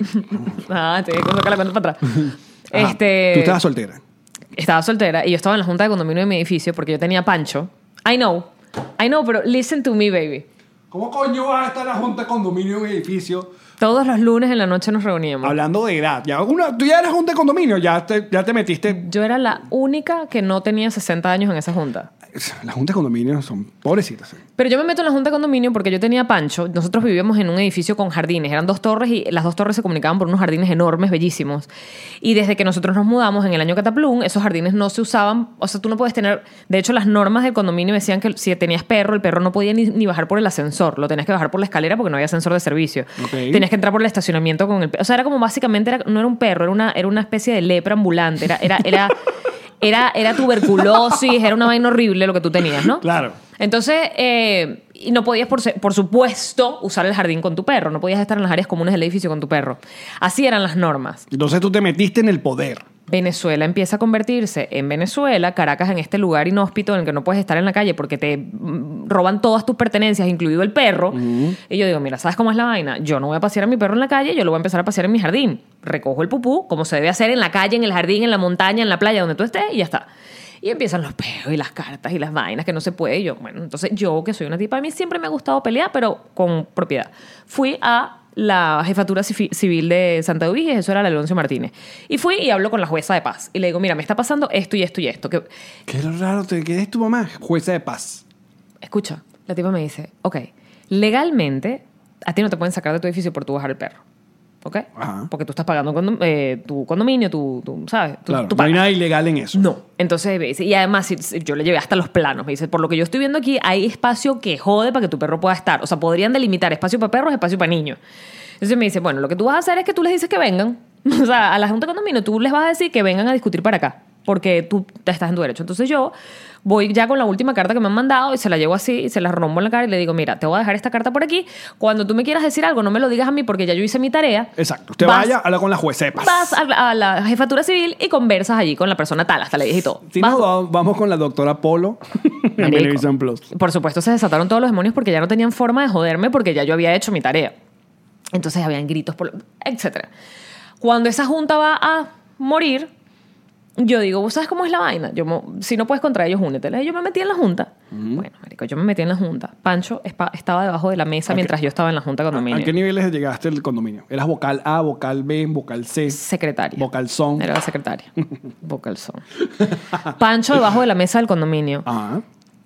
S1: [laughs] ah, te saca la cuenta para atrás.
S2: Ajá.
S1: este,
S2: Tú estabas soltera.
S1: estaba soltera y yo estaba en la junta de condominio de mi edificio porque yo tenía pancho. I know, I know, pero listen to me, baby.
S2: ¿Cómo coño vas a estar en la junta de condominio en un edificio?
S1: Todos los lunes en la noche nos reuníamos.
S2: Hablando de edad. Ya una, tú ya eras junta de condominio, ya te, ya te metiste.
S1: Yo era la única que no tenía 60 años en esa junta.
S2: Las juntas de condominio son pobrecitas. ¿eh?
S1: Pero yo me meto en la junta de condominio porque yo tenía pancho. Nosotros vivíamos en un edificio con jardines. Eran dos torres y las dos torres se comunicaban por unos jardines enormes, bellísimos. Y desde que nosotros nos mudamos en el año Cataplum, esos jardines no se usaban. O sea, tú no puedes tener. De hecho, las normas del condominio decían que si tenías perro, el perro no podía ni, ni bajar por el ascensor. Lo tenías que bajar por la escalera porque no había ascensor de servicio.
S2: Ok.
S1: Tenías que entrar por el estacionamiento con el perro. O sea, era como básicamente. era- no era un perro, era una, era una especie de lepra ambulante. Era. era, era Era, era tuberculosis, era una vaina horrible lo que tú tenías, ¿no?
S2: Claro.
S1: Entonces, eh, y no podías, por, se- por supuesto, usar el jardín con tu perro. No podías estar en las áreas comunes del edificio con tu perro. Así eran las normas.
S2: Entonces tú te metiste en el poder.
S1: Venezuela empieza a convertirse en Venezuela, Caracas en este lugar inhóspito en el que no puedes estar en la calle porque te mm, roban todas tus pertenencias, incluido el perro. Y yo digo, mira, ¿sabes cómo es la vaina? Yo no voy a pasear a mi perro en la calle, yo lo voy a empezar a pasear en mi jardín. Recojo el pupú, como se debe hacer en la calle, en el jardín, en la montaña, en la playa, donde tú estés, y ya está. Y empiezan los peos y las cartas y las vainas que no se puede. Y yo, bueno, entonces yo, que soy una tipa, a mí siempre me ha gustado pelear, pero con propiedad. Fui a la jefatura cifi- civil de Santa Eubíges, eso era la Alonso Martínez. Y fui y hablo con la jueza de paz. Y le digo, mira, me está pasando esto y esto y esto. Que,
S2: Qué raro, te, que es tu mamá? Jueza de paz.
S1: escucha, la tipa me dice, ok, legalmente a ti no te pueden sacar de tu edificio por tu bajar el perro. ¿Ok?
S2: Ajá.
S1: Porque tú estás pagando condom- eh, tu condominio, tu, tu- ¿sabes? Tu-
S2: Claro,
S1: tu
S2: no hay
S1: paga.
S2: nada ilegal en eso.
S1: No. Entonces me dice, y además si- si- yo le llevé hasta los planos. Me dice, por lo que yo estoy viendo aquí, hay espacio que jode para que tu perro pueda estar. O sea, podrían delimitar espacio para perros, espacio para niños. Entonces me dice, bueno, lo que tú vas a hacer es que tú les dices que vengan. [laughs] O sea, a la Junta de Condominio tú les vas a decir que vengan a discutir para acá, porque tú te estás en tu derecho. Entonces yo voy ya con la última carta que me han mandado y se la llevo así y se la rompo en la cara y le digo, mira, te voy a dejar esta carta por aquí. Cuando tú me quieras decir algo, no me lo digas a mí porque ya yo hice mi tarea.
S2: Exacto. Usted
S1: Vas-
S2: vaya, habla con la jueza de paz.
S1: Vas a la, a la jefatura civil y conversas allí con la persona tal, hasta le dije y todo.
S2: Si
S1: Vas-
S2: no, va- vamos con la doctora
S1: [laughs]
S2: Polo en
S1: Marico.
S2: Venevisión Plus.
S1: Por supuesto, se desataron todos los demonios porque ya no tenían forma de joderme porque ya yo había hecho mi tarea. Entonces habían gritos, por, etcétera. Cuando esa junta va a morir, yo digo, ¿vos sabes cómo es la vaina? Yo, mo- si no puedes contra ellos, úneteles. Y Yo me metí en la junta. Bueno, marico, yo me metí en la junta. Pancho espa- estaba debajo de la
S2: ¿A
S1: mesa
S2: qué-
S1: mientras yo estaba en la junta de
S2: ¿A
S1: condominio.
S2: qué niveles llegaste el condominio? ¿Eras vocal A, vocal B, vocal C? [laughs]
S1: secretaria.
S2: Vocal son.
S1: Era la secretaria. Vocal son. Pancho debajo de la mesa del condominio.
S2: Ajá.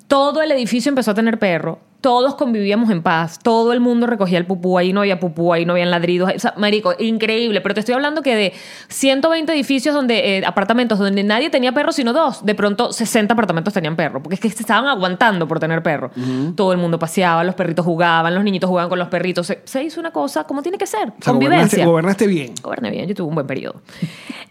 S1: Todo el edificio empezó a tener perro. Todos convivíamos en paz. Todo el mundo recogía el pupú. Ahí no había pupú, ahí no habían ladridos. O sea, marico, increíble. Pero te estoy hablando que de 120 edificios donde, eh, apartamentos donde nadie tenía perro sino dos, de pronto 60 apartamentos tenían perro. Porque es que se estaban aguantando por tener perro. Todo el mundo paseaba, los perritos jugaban, los niñitos jugaban con los perritos. Se, se hizo una cosa como tiene que ser.
S2: O sea, gobernaste,
S1: convivencia
S2: gobernaste bien.
S1: goberné bien, yo tuve un buen periodo.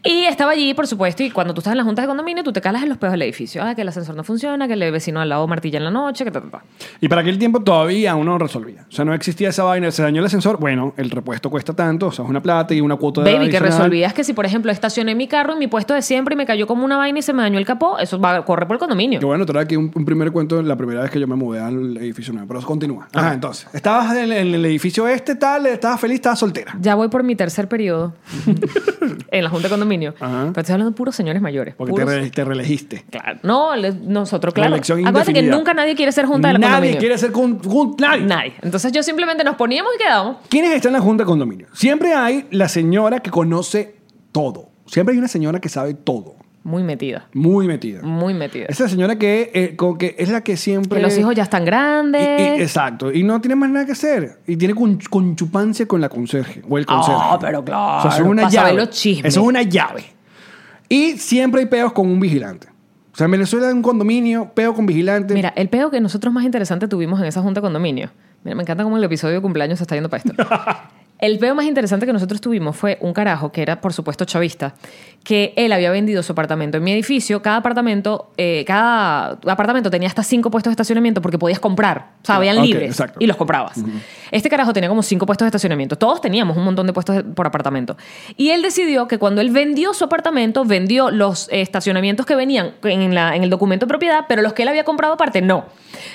S1: Y estaba allí, por supuesto, y cuando tú estás en las juntas de condominio, tú te calas en los peos del edificio. Ah, que el ascensor no funciona, que el vecino al lado martilla en la noche, que ta, ta, ta.
S2: Y para aquel tiempo todavía uno no resolvía. O sea, no existía esa vaina. Se dañó el ascensor. Bueno, el repuesto cuesta tanto. O sea, es una plata y una cuota de
S1: Baby, que
S2: adicional.
S1: resolvías que si, por ejemplo, estacioné mi carro en mi puesto de siempre y me cayó como una vaina y se me dañó el capó, eso va, corre por el condominio.
S2: Que bueno, te aquí un, un primer cuento de la primera vez que yo me mudé al edificio nuevo. Pero eso continúa. Ajá, entonces. Estabas en, en el edificio este, tal, estabas feliz, estabas soltera.
S1: Ya voy por mi
S2: [laughs]
S1: tercer periodo en la junta de condominio.
S2: Ajá.
S1: Pero estoy hablando de puros señores mayores.
S2: Porque te,
S1: puros-
S2: re- te reelegiste.
S1: Claro. No, le- nosotros, claro.
S2: La elección
S1: Acuérdate que
S2: indefinida.
S1: nunca nadie quiere ser junta de la
S2: Nadie
S1: condominio.
S2: quiere ser con, con- nadie.
S1: Nadie. Entonces yo simplemente nos poníamos y quedábamos.
S2: ¿Quiénes están en la junta de condominio? Siempre hay la señora que conoce todo. Siempre hay una señora que sabe todo.
S1: Muy metida.
S2: Muy metida.
S1: Muy metida.
S2: Esa señora que, eh, como que es la que siempre...
S1: Que los hijos ya están
S2: Eh, Y-
S1: grandes.
S2: y- exacto. Y no tiene más nada que hacer. Y tiene con, conchupancia con la conserje. O el conserje.
S1: Ah, pero claro.
S2: O sea, eso es una
S1: Pa' saber
S2: llave.
S1: los chismes.
S2: Eso es una llave. Y siempre hay peos con un vigilante. O sea, en Venezuela en un condominio, peo con vigilante.
S1: Mira, el peo
S2: [laughs]
S1: que nosotros más interesante tuvimos en esa junta de condominio. Mira, me encanta cómo el episodio de cumpleaños se está yendo para esto. El peo más interesante que nosotros tuvimos fue un carajo, que era por supuesto chavista, que él había vendido su apartamento en mi edificio. Cada apartamento, eh, cada apartamento tenía hasta cinco puestos de estacionamiento porque podías comprar. O sea, habían
S2: Ok,
S1: libres
S2: exacto.
S1: y los comprabas. Este carajo tenía como cinco puestos de estacionamiento. Todos teníamos un montón de puestos de- por apartamento. Y él decidió que cuando él vendió su apartamento, vendió los eh, estacionamientos que venían en, la- en el documento de propiedad, pero los que él había comprado aparte no.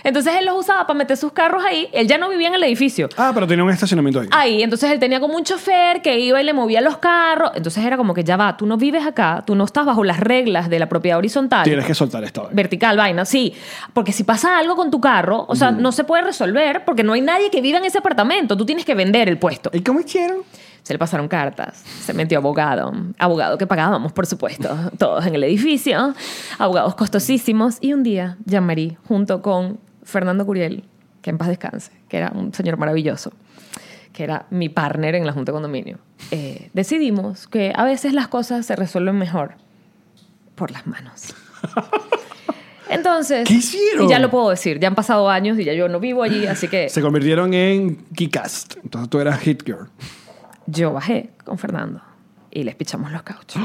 S1: Entonces él los usaba para meter sus carros ahí. Él ya no vivía en el edificio.
S2: Ah, pero tenía un estacionamiento ahí.
S1: Ahí, entonces él tenía como un chofer que iba y le movía los carros. Entonces era como que ya va, tú no vives acá, tú no estás bajo las reglas de la propiedad horizontal.
S2: Tienes que soltar esta vaina.
S1: Vertical, vaina, sí. Porque si pasa algo con tu carro, o sea, no se puede resolver porque no hay nadie que viva en ese apartamento. Tú tienes que vender el puesto.
S2: ¿Y cómo hicieron?
S1: Se le pasaron cartas, se metió abogado. Abogado que pagábamos, por supuesto, todos en el edificio. Abogados costosísimos. Y un día, Jean-Marie, junto con Fernando Curiel, que en paz descanse, que era un señor maravilloso, que era mi partner en la Junta de Condominio, eh, decidimos que a veces las cosas se resuelven mejor por
S2: [laughs]
S1: las manos. Entonces,
S2: ¿Qué hicieron?
S1: y ya lo puedo decir, ya han pasado años y ya yo no vivo allí, así que
S2: Se convirtieron en Kicast. Entonces tú eras Hit Girl.
S1: yo bajé con Fernando y les pichamos
S2: [gasps]
S1: los cauchos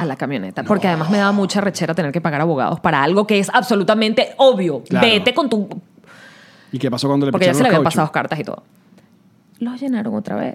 S1: a la camioneta. Porque además me daba mucha rechera tener que pagar abogados para algo que es absolutamente obvio.
S2: Claro.
S1: Vete con tu.
S2: ¿Y qué pasó cuando le
S1: Porque ya
S2: picharon
S1: se le
S2: los
S1: habían
S2: cauchos?
S1: pasado cartas y todo. Los llenaron
S2: [laughs]
S1: otra vez.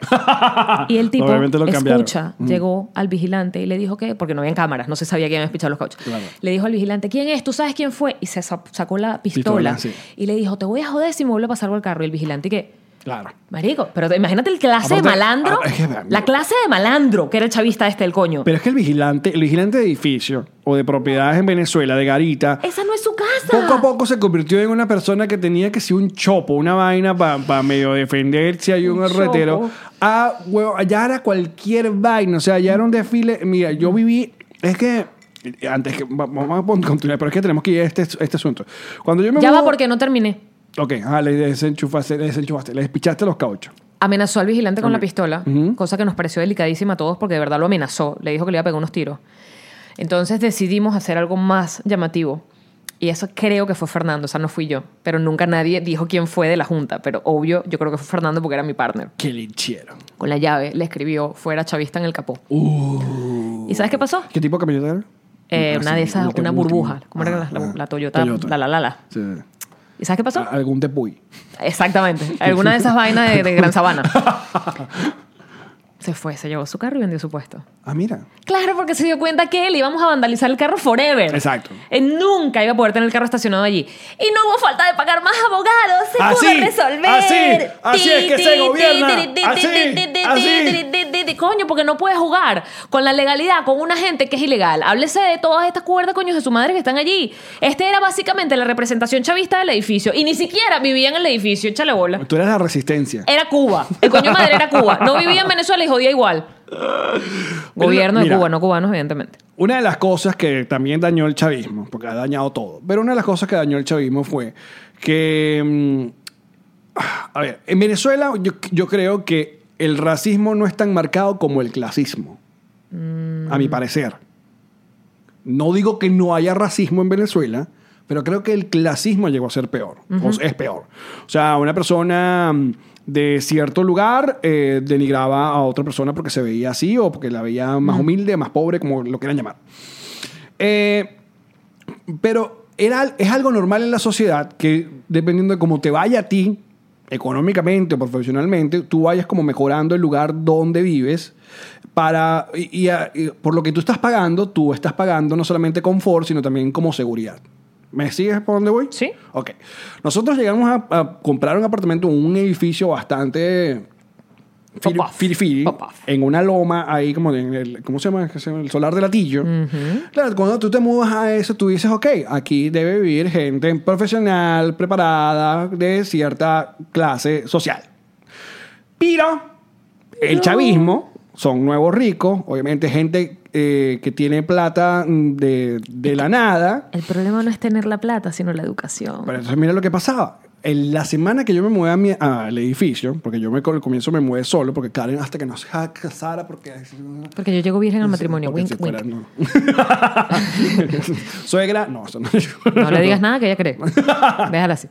S1: Y el tipo,
S2: Obviamente lo cambiaron.
S1: escucha,
S2: Mm.
S1: llegó al vigilante y le dijo que, porque no habían cámaras, no se sabía quién había pichado los cauchos.
S2: Claro.
S1: Le dijo al vigilante, ¿quién es? ¿Tú sabes quién fue? Y se sa- sacó la pistola.
S2: Pistola, sí.
S1: Y le dijo, te voy a joder si me vuelve a pasar algo al carro. Y el vigilante, ¿qué?
S2: Claro.
S1: Marico, pero te- imagínate el clase
S2: Aparte,
S1: de malandro.
S2: ah, es que-
S1: la clase de malandro que era el chavista este, el coño.
S2: Pero es que el vigilante, el vigilante de edificio o de propiedades en Venezuela, de Garita,
S1: Esa no es su casa.
S2: poco a poco se convirtió en una persona que tenía que ser un chopo, una vaina para medio defender si hay un,
S1: Un
S2: retero.
S1: chopo.
S2: Ah, huevo, allá era cualquier vaina, o sea, allá era un desfile. Mira, yo viví, es que antes que va- vamos a continuar, pero es que tenemos que ir a este, este asunto. Cuando yo me
S1: Ya
S2: mudo-
S1: va porque no terminé.
S2: Ok, ah, le desenchufaste, le desenchufaste, le despichaste los cauchos.
S1: Amenazó al vigilante con
S2: Ok.
S1: la pistola,
S2: Ujú.
S1: cosa que nos pareció delicadísima a todos porque de verdad lo amenazó. Le dijo que le iba a pegar unos tiros. Entonces decidimos hacer algo más llamativo. Y eso creo que fue Fernando, o sea, no fui yo. Pero nunca nadie dijo quién fue de la junta. Pero obvio, yo creo que fue Fernando porque era mi partner.
S2: ¿Qué le hicieron?
S1: Con la llave le escribió, fuera chavista en el capó. ¿Y sabes qué pasó?
S2: ¿Qué tipo de camioneta era?
S1: Eh,
S2: Ah,
S1: una
S2: sí,
S1: de esas,
S2: el que-
S1: una
S2: el que-
S1: burbuja. ¿Cómo era
S2: Ah,
S1: la, la-
S2: ah,
S1: la Toyota, La la la la.
S2: Sí.
S1: ¿Y sabes qué pasó?
S2: A- Algún tepuy.
S1: Exactamente.
S2: [laughs]
S1: Alguna de esas vainas de, de Gran Sabana. Se fue, se llevó su carro y vendió su puesto.
S2: Ah, mira.
S1: Claro, porque se dio cuenta que le íbamos a vandalizar el carro forever.
S2: Exacto.
S1: Él nunca iba a poder tener el carro estacionado allí. Y no hubo falta de pagar más abogados. Se
S2: Así,
S1: pudo resolver.
S2: así, Ah, así
S1: Ti,
S2: es que
S1: ti,
S2: se
S1: ti,
S2: gobierna.
S1: ti, ti, ti,
S2: Así,
S1: ti, ti, ti,
S2: así.
S1: ti, ti, ti, ti. Coño, porque no puedes jugar con la legalidad, con una gente que es ilegal. Háblese de todas estas cuerdas, coños de su madre que están allí. Este era básicamente la representación chavista del edificio. Y ni siquiera vivía en el edificio. Échale bola.
S2: Tú eras la resistencia.
S1: Era Cuba. El coño de madre era Cuba. No vivía en Venezuela y jodía igual. Gobierno de
S2: Mira.
S1: Cuba, no cubanos, evidentemente.
S2: Una de las cosas que también dañó el chavismo, porque ha dañado todo, pero una de las cosas que dañó el chavismo fue que, mm, ah, a ver, en Venezuela yo, yo creo que el racismo no es tan marcado como el clasismo, a mi parecer. No digo que no haya racismo en Venezuela, pero creo que el clasismo llegó a ser peor, o sea, es peor. O sea, una persona mm, de cierto lugar eh, denigraba a otra persona porque se veía así o porque la veía más humilde, más pobre, como lo quieran llamar. Eh, pero era, es algo normal en la sociedad que dependiendo de cómo te vaya a ti, económicamente o profesionalmente, tú vayas como mejorando el lugar donde vives para, y, y a- y por lo que tú estás pagando, tú estás pagando no solamente confort, sino también como seguridad. ¿Me sigues por dónde voy?
S1: Sí.
S2: Ok. Nosotros llegamos a, a comprar un apartamento en un edificio bastante fil-
S1: Pop off.
S2: filifili,
S1: Pop off.
S2: en una loma ahí como en el ¿cómo se llama? Que se llama el solar de latillo claro cuando tú te mudas a eso tú dices ok aquí debe vivir gente profesional preparada de cierta clase social pero el chavismo son nuevos ricos obviamente gente eh, que tiene plata mm, de, de la nada
S1: El problema no es tener la plata, sino la educación.
S2: pero entonces mira lo que pasaba. En la semana que yo me mudé a mi- al edificio, porque yo me, con el comienzo me mudé solo, porque Karen hasta que nos casara, porque...
S1: Porque yo llego virgen al matrimonio.
S2: porque
S1: Wink,
S2: si fuera,
S1: wink.
S2: no. [laughs] Suegra, no, eso no. [laughs]
S1: No le digas nada que ella cree. Déjala así.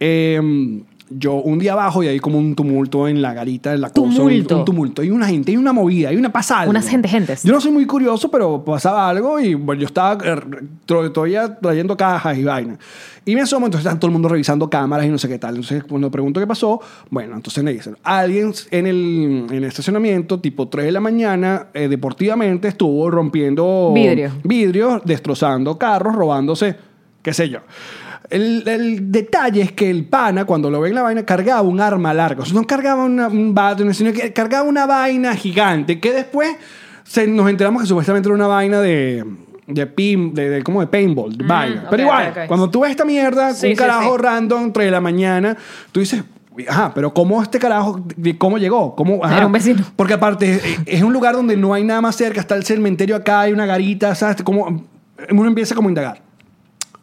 S2: Eh, yo un día abajo y hay como un tumulto en la garita, en la cosa, un-
S1: Tumulto.
S2: Un, tumulto. Hay una gente, hay una movida, hay una pasada.
S1: Unas gente- gentes.
S2: Yo no soy muy curioso, pero pasaba algo y bueno, yo estaba eh, tro- todavía trayendo cajas y vainas. Y me asomo, entonces están todo el mundo revisando cámaras y no sé qué tal. Entonces, cuando pregunto qué pasó, bueno, entonces me dicen, alguien en el, en el estacionamiento, tipo 3 de la mañana, eh, deportivamente estuvo rompiendo
S1: Vidrio.
S2: vidrios, destrozando carros, robándose, qué sé yo. El, el detalle es que el pana, cuando lo ven la vaina, cargaba un arma larga. O sea, no cargaba una- un bate, sino que cargaba una vaina gigante que después se, nos enteramos que supuestamente era una vaina de. De pin, de, de- como de paintball, de vaina.
S1: Mm, ok,
S2: Pero igual,
S1: ok, ok.
S2: cuando tú ves esta mierda,
S1: Sí,
S2: un
S1: sí,
S2: carajo
S1: sí.
S2: random entre la mañana, tú dices, "Uy, ajá, pero ¿cómo este carajo, de cómo llegó? ¿Cómo, ajá?"
S1: Era un vecino.
S2: Porque aparte, eh, es un lugar donde no hay nada más cerca, está el cementerio acá, hay una garita, ¿sabes? Como, uno empieza como a indagar.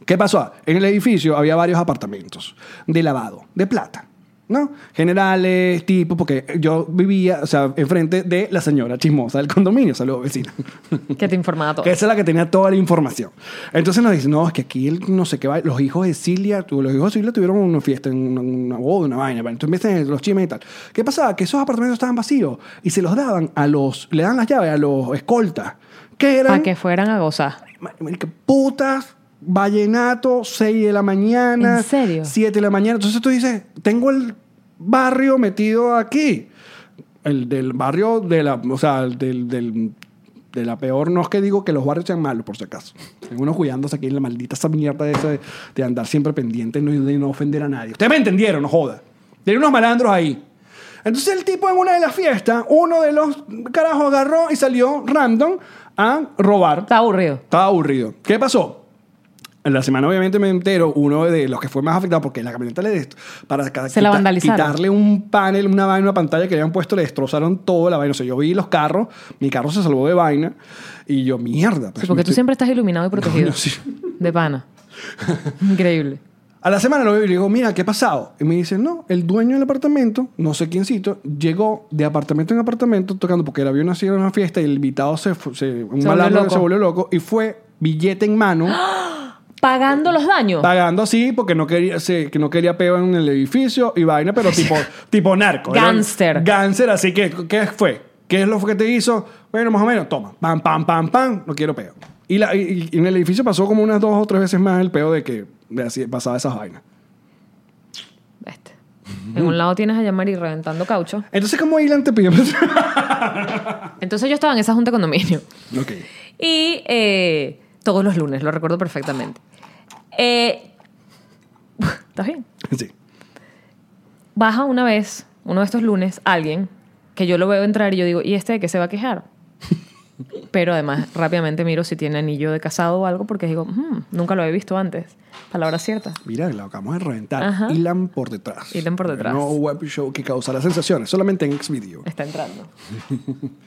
S2: ¿Qué pasó? En el edificio había varios apartamentos de lavado, de plata, ¿no? Generales, tipo, porque yo vivía, o sea, enfrente de la señora chismosa del condominio, saludos vecina.
S1: Que te informaba todo.
S2: Que esa es la que tenía toda la información. Entonces nos dicen, no, es que aquí el no sé qué va, los hijos de Cilia, tu- los hijos de Cilia tuvieron una fiesta, una, una boda, una vaina. ¿vale? Entonces empiezan los chismes y tal. ¿Qué pasaba? Que esos apartamentos estaban vacíos y se los daban a los, le dan las llaves a los escoltas, que eran
S1: Para que fueran a gozar.
S2: Mar- marica, putas, vallenato, 6 de la mañana.
S1: ¿En serio?
S2: 7 de la mañana. Entonces tú dices, tengo el barrio metido aquí. El del barrio de la. O sea, el del. del- de la peor, no es que digo que los barrios sean malos, por si acaso. Hay unos cuidándose aquí en la maldita esa mierda esa de, de andar siempre pendiente y no- de no ofender a nadie. Ustedes me entendieron, no joda. Tienen unos malandros ahí. Entonces el tipo en una de las fiestas, uno de los carajos agarró y salió random a robar.
S1: Está aburrido.
S2: Estaba aburrido. ¿Qué pasó? En la semana, obviamente, me entero, uno de los que fue más afectado, porque la camioneta le dest- para ca-
S1: Se la
S2: quita-
S1: vandalizaron.
S2: quitarle un panel, una vaina, una pantalla que le habían puesto, le destrozaron todo la vaina. O sea, yo vi los carros, mi carro se salvó de vaina, y yo, mierda. pues,
S1: Sí, porque
S2: me
S1: tú
S2: estoy-
S1: siempre estás iluminado y protegido.
S2: Coño, sí. [laughs]
S1: De pana. Increíble.
S2: A la semana lo veo y le digo, mira, ¿qué ha pasado? Y me dice, no, el dueño del apartamento, no sé quiéncito, llegó de apartamento en apartamento tocando, porque había una, una fiesta y el invitado se, fu- se, un
S1: Se volvió
S2: malandro
S1: loco. ¡Ah!
S2: se volvió loco y fue billete en mano.
S1: Pagando los daños.
S2: pagando así porque no quería se- que no quería peo en el edificio y vaina
S1: [laughs]
S2: pero tipo tipo narco Era un
S1: Gánster.
S2: gánster así que qué fue qué es lo que te hizo bueno más o menos toma pam pam pam pam no quiero peo y, la- y- y en el edificio pasó como unas dos o tres veces más el peo de que de así, pasaba esas vainas
S1: Este. En un lado tienes a llamar y reventando caucho.
S2: entonces como Ilan te pidió [laughs]
S1: Entonces yo estaba en esa junta de condominio.
S2: ok
S1: Y eh, todos los lunes, lo recuerdo perfectamente. Eh, ¿Estás bien?
S2: sí
S1: Baja una vez, uno de estos lunes, alguien que yo lo veo entrar y yo digo, ¿y este de qué se va
S2: [laughs]
S1: a quejar? Pero además rápidamente miro si tiene anillo de casado o algo porque digo, "Mm, nunca lo había visto antes. Palabra cierta.
S2: Mira, la acabamos de reventar.
S1: Ajá.
S2: Ilan por detrás.
S1: Ilan por detrás.
S2: No web show que causará sensaciones, solamente en Xvideo. [laughs]
S1: Está entrando.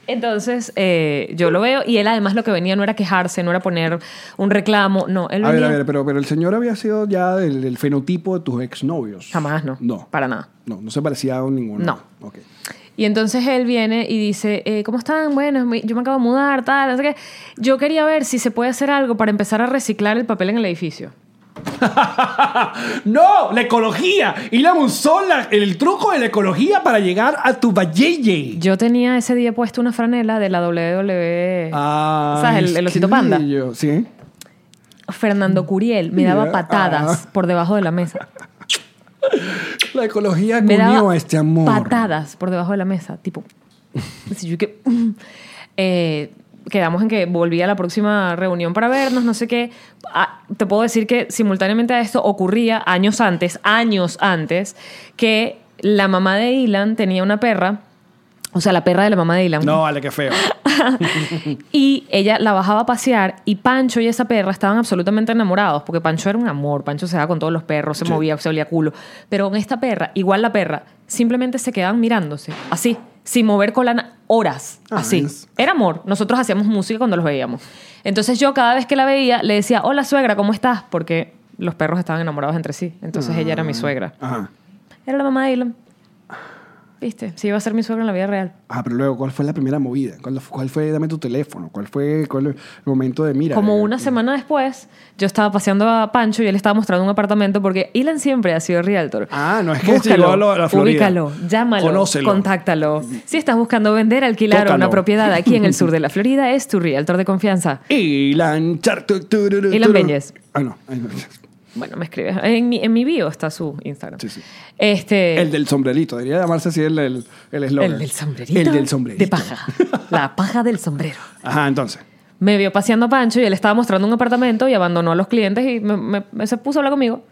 S1: Entonces, eh, yo lo veo y él además lo que venía no era quejarse, no era poner un reclamo, no, él
S2: A ver,
S1: venía
S2: a ver, pero, pero el señor había sido ya del, del fenotipo de tus exnovios.
S1: jamás, no,
S2: No.
S1: para nada.
S2: No, no se parecía a ninguno.
S1: No.
S2: Ok.
S1: Y entonces él viene y dice, eh, ¿cómo están? Bueno, me- yo me acabo de mudar, tal, no sé qué. Yo quería ver si se puede hacer algo para empezar a reciclar el papel en el edificio.
S2: ¡No! La ecología. Y la sola el truco de la ecología para llegar a tu valleye.
S1: Yo tenía ese día puesto una franela de la WWE, ¿sabes? El, el osito panda.
S2: Ah, Sí.
S1: Fernando Curiel me daba
S2: Ya.
S1: patadas por debajo de la mesa.
S2: La ecología
S1: me
S2: unió
S1: daba
S2: a este amor.
S1: patadas por debajo de la mesa, tipo. [laughs] Así yo que, [laughs] mm. Eh, quedamos en que volví a la próxima reunión para vernos, no sé qué. Ah, te puedo decir que simultáneamente a esto ocurría años antes, años antes, que la mamá de Ilan tenía una perra, o sea, la perra de la mamá de Ilan.
S2: No, vale, qué feo.
S1: Y ella la bajaba a pasear y Pancho y esa perra estaban absolutamente enamorados, porque Pancho era un amor, Pancho se daba con todos los perros, se
S2: Sí.
S1: movía, se olía culo. Pero con esta perra, igual la perra, simplemente se quedaban mirándose, así, sin mover colana, horas,
S2: Ah,
S1: así.
S2: es-
S1: Era amor, nosotros hacíamos música cuando los veíamos. Entonces yo cada vez que la veía le decía, hola suegra, ¿cómo estás? Porque los
S2: Ah.
S1: perros estaban enamorados entre sí, entonces ella era mi suegra.
S2: Ajá.
S1: Era la mamá de Elon. ¿Viste? Sí, iba a ser mi suegro en la vida real.
S2: Ah, pero luego, ¿cuál fue la primera movida? ¿Cuál, cuál fue, dame tu teléfono? ¿Cuál fue cuál, el momento de mira?
S1: Como
S2: eh,
S1: una semana después, yo estaba paseando a Pancho y él estaba mostrando un apartamento porque Ilan siempre ha sido realtor.
S2: Ah, no es que llegó a lo- a la Florida.
S1: ubícalo, llámalo,
S2: Conócelo.
S1: contáctalo. Si estás buscando vender, alquilar o
S2: Tócalo.
S1: una propiedad aquí en el sur
S2: [laughs]
S1: de la Florida, es tu realtor de confianza.
S2: Ilan Char- tu- tu- tu- tu-
S1: Ilan
S2: tu-
S1: Beñez.
S2: Ah, no. ay, no.
S1: Bueno, me escribes. En mi, en mi bio está su Instagram.
S2: Sí, sí.
S1: Este,
S2: El del sombrerito, debería llamarse así el el- el eslogan.
S1: el del sombrerito.
S2: El del sombrerito.
S1: De paja. La paja del sombrero.
S2: [laughs] Ajá, entonces.
S1: me vio paseando a Pancho y él estaba mostrando un apartamento y abandonó a los clientes y me- me- me- se puso a hablar conmigo.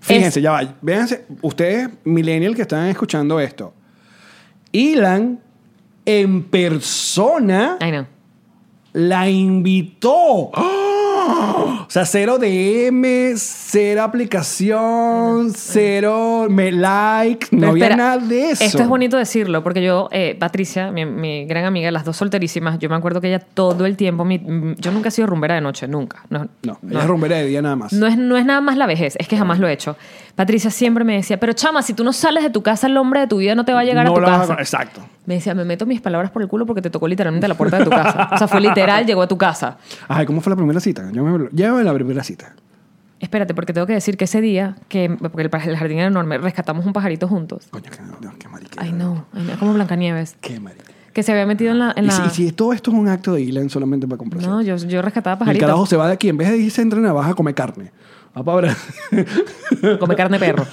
S2: Fíjense,
S1: Es-
S2: ya va. Véanse, ustedes, millennial que están escuchando esto. Ilan en persona
S1: Ay, no.
S2: la invitó. ¡Ah! O sea, cero DM, cero aplicación, cero me like, no
S1: Pero
S2: había
S1: espera,
S2: nada de eso.
S1: Esto es bonito decirlo, porque yo, eh, Patricia, mi, mi gran amiga, las dos solterísimas, yo me acuerdo que ella todo el tiempo, mi- mm, yo nunca he sido rumbera de noche, nunca. No,
S2: No, ella es rumbera de día nada más.
S1: No es, no es nada más la vejez, es que jamás lo he hecho. Patricia siempre me decía, pero chama, si tú no sales de tu casa, el hombre de tu vida no te va a llegar
S2: No
S1: a tu
S2: la vas a
S1: casa.
S2: con- Exacto.
S1: Me decía, me meto mis palabras por el culo porque te tocó literalmente la puerta de tu casa. O sea, fue literal, llegó a tu casa.
S2: Ay, ¿cómo fue la primera cita? Llévame, llévame la primera cita.
S1: Espérate, porque tengo que decir que ese día, que, porque el, pa- el jardín era enorme, rescatamos un pajarito juntos.
S2: Coño, qué, no, qué mariquera.
S1: Ay, no, ay, no, como Blancanieves.
S2: Qué mariquera.
S1: Que se había metido en la. en
S2: Y,
S1: la-
S2: si, y si todo esto es un acto de Ilan solamente para complacer.
S1: no, yo, yo rescataba
S2: el
S1: pajaritos.
S2: carajo se va de aquí. En vez de irse entre navaja, come carne. Va para ahora.
S1: Come carne de perro.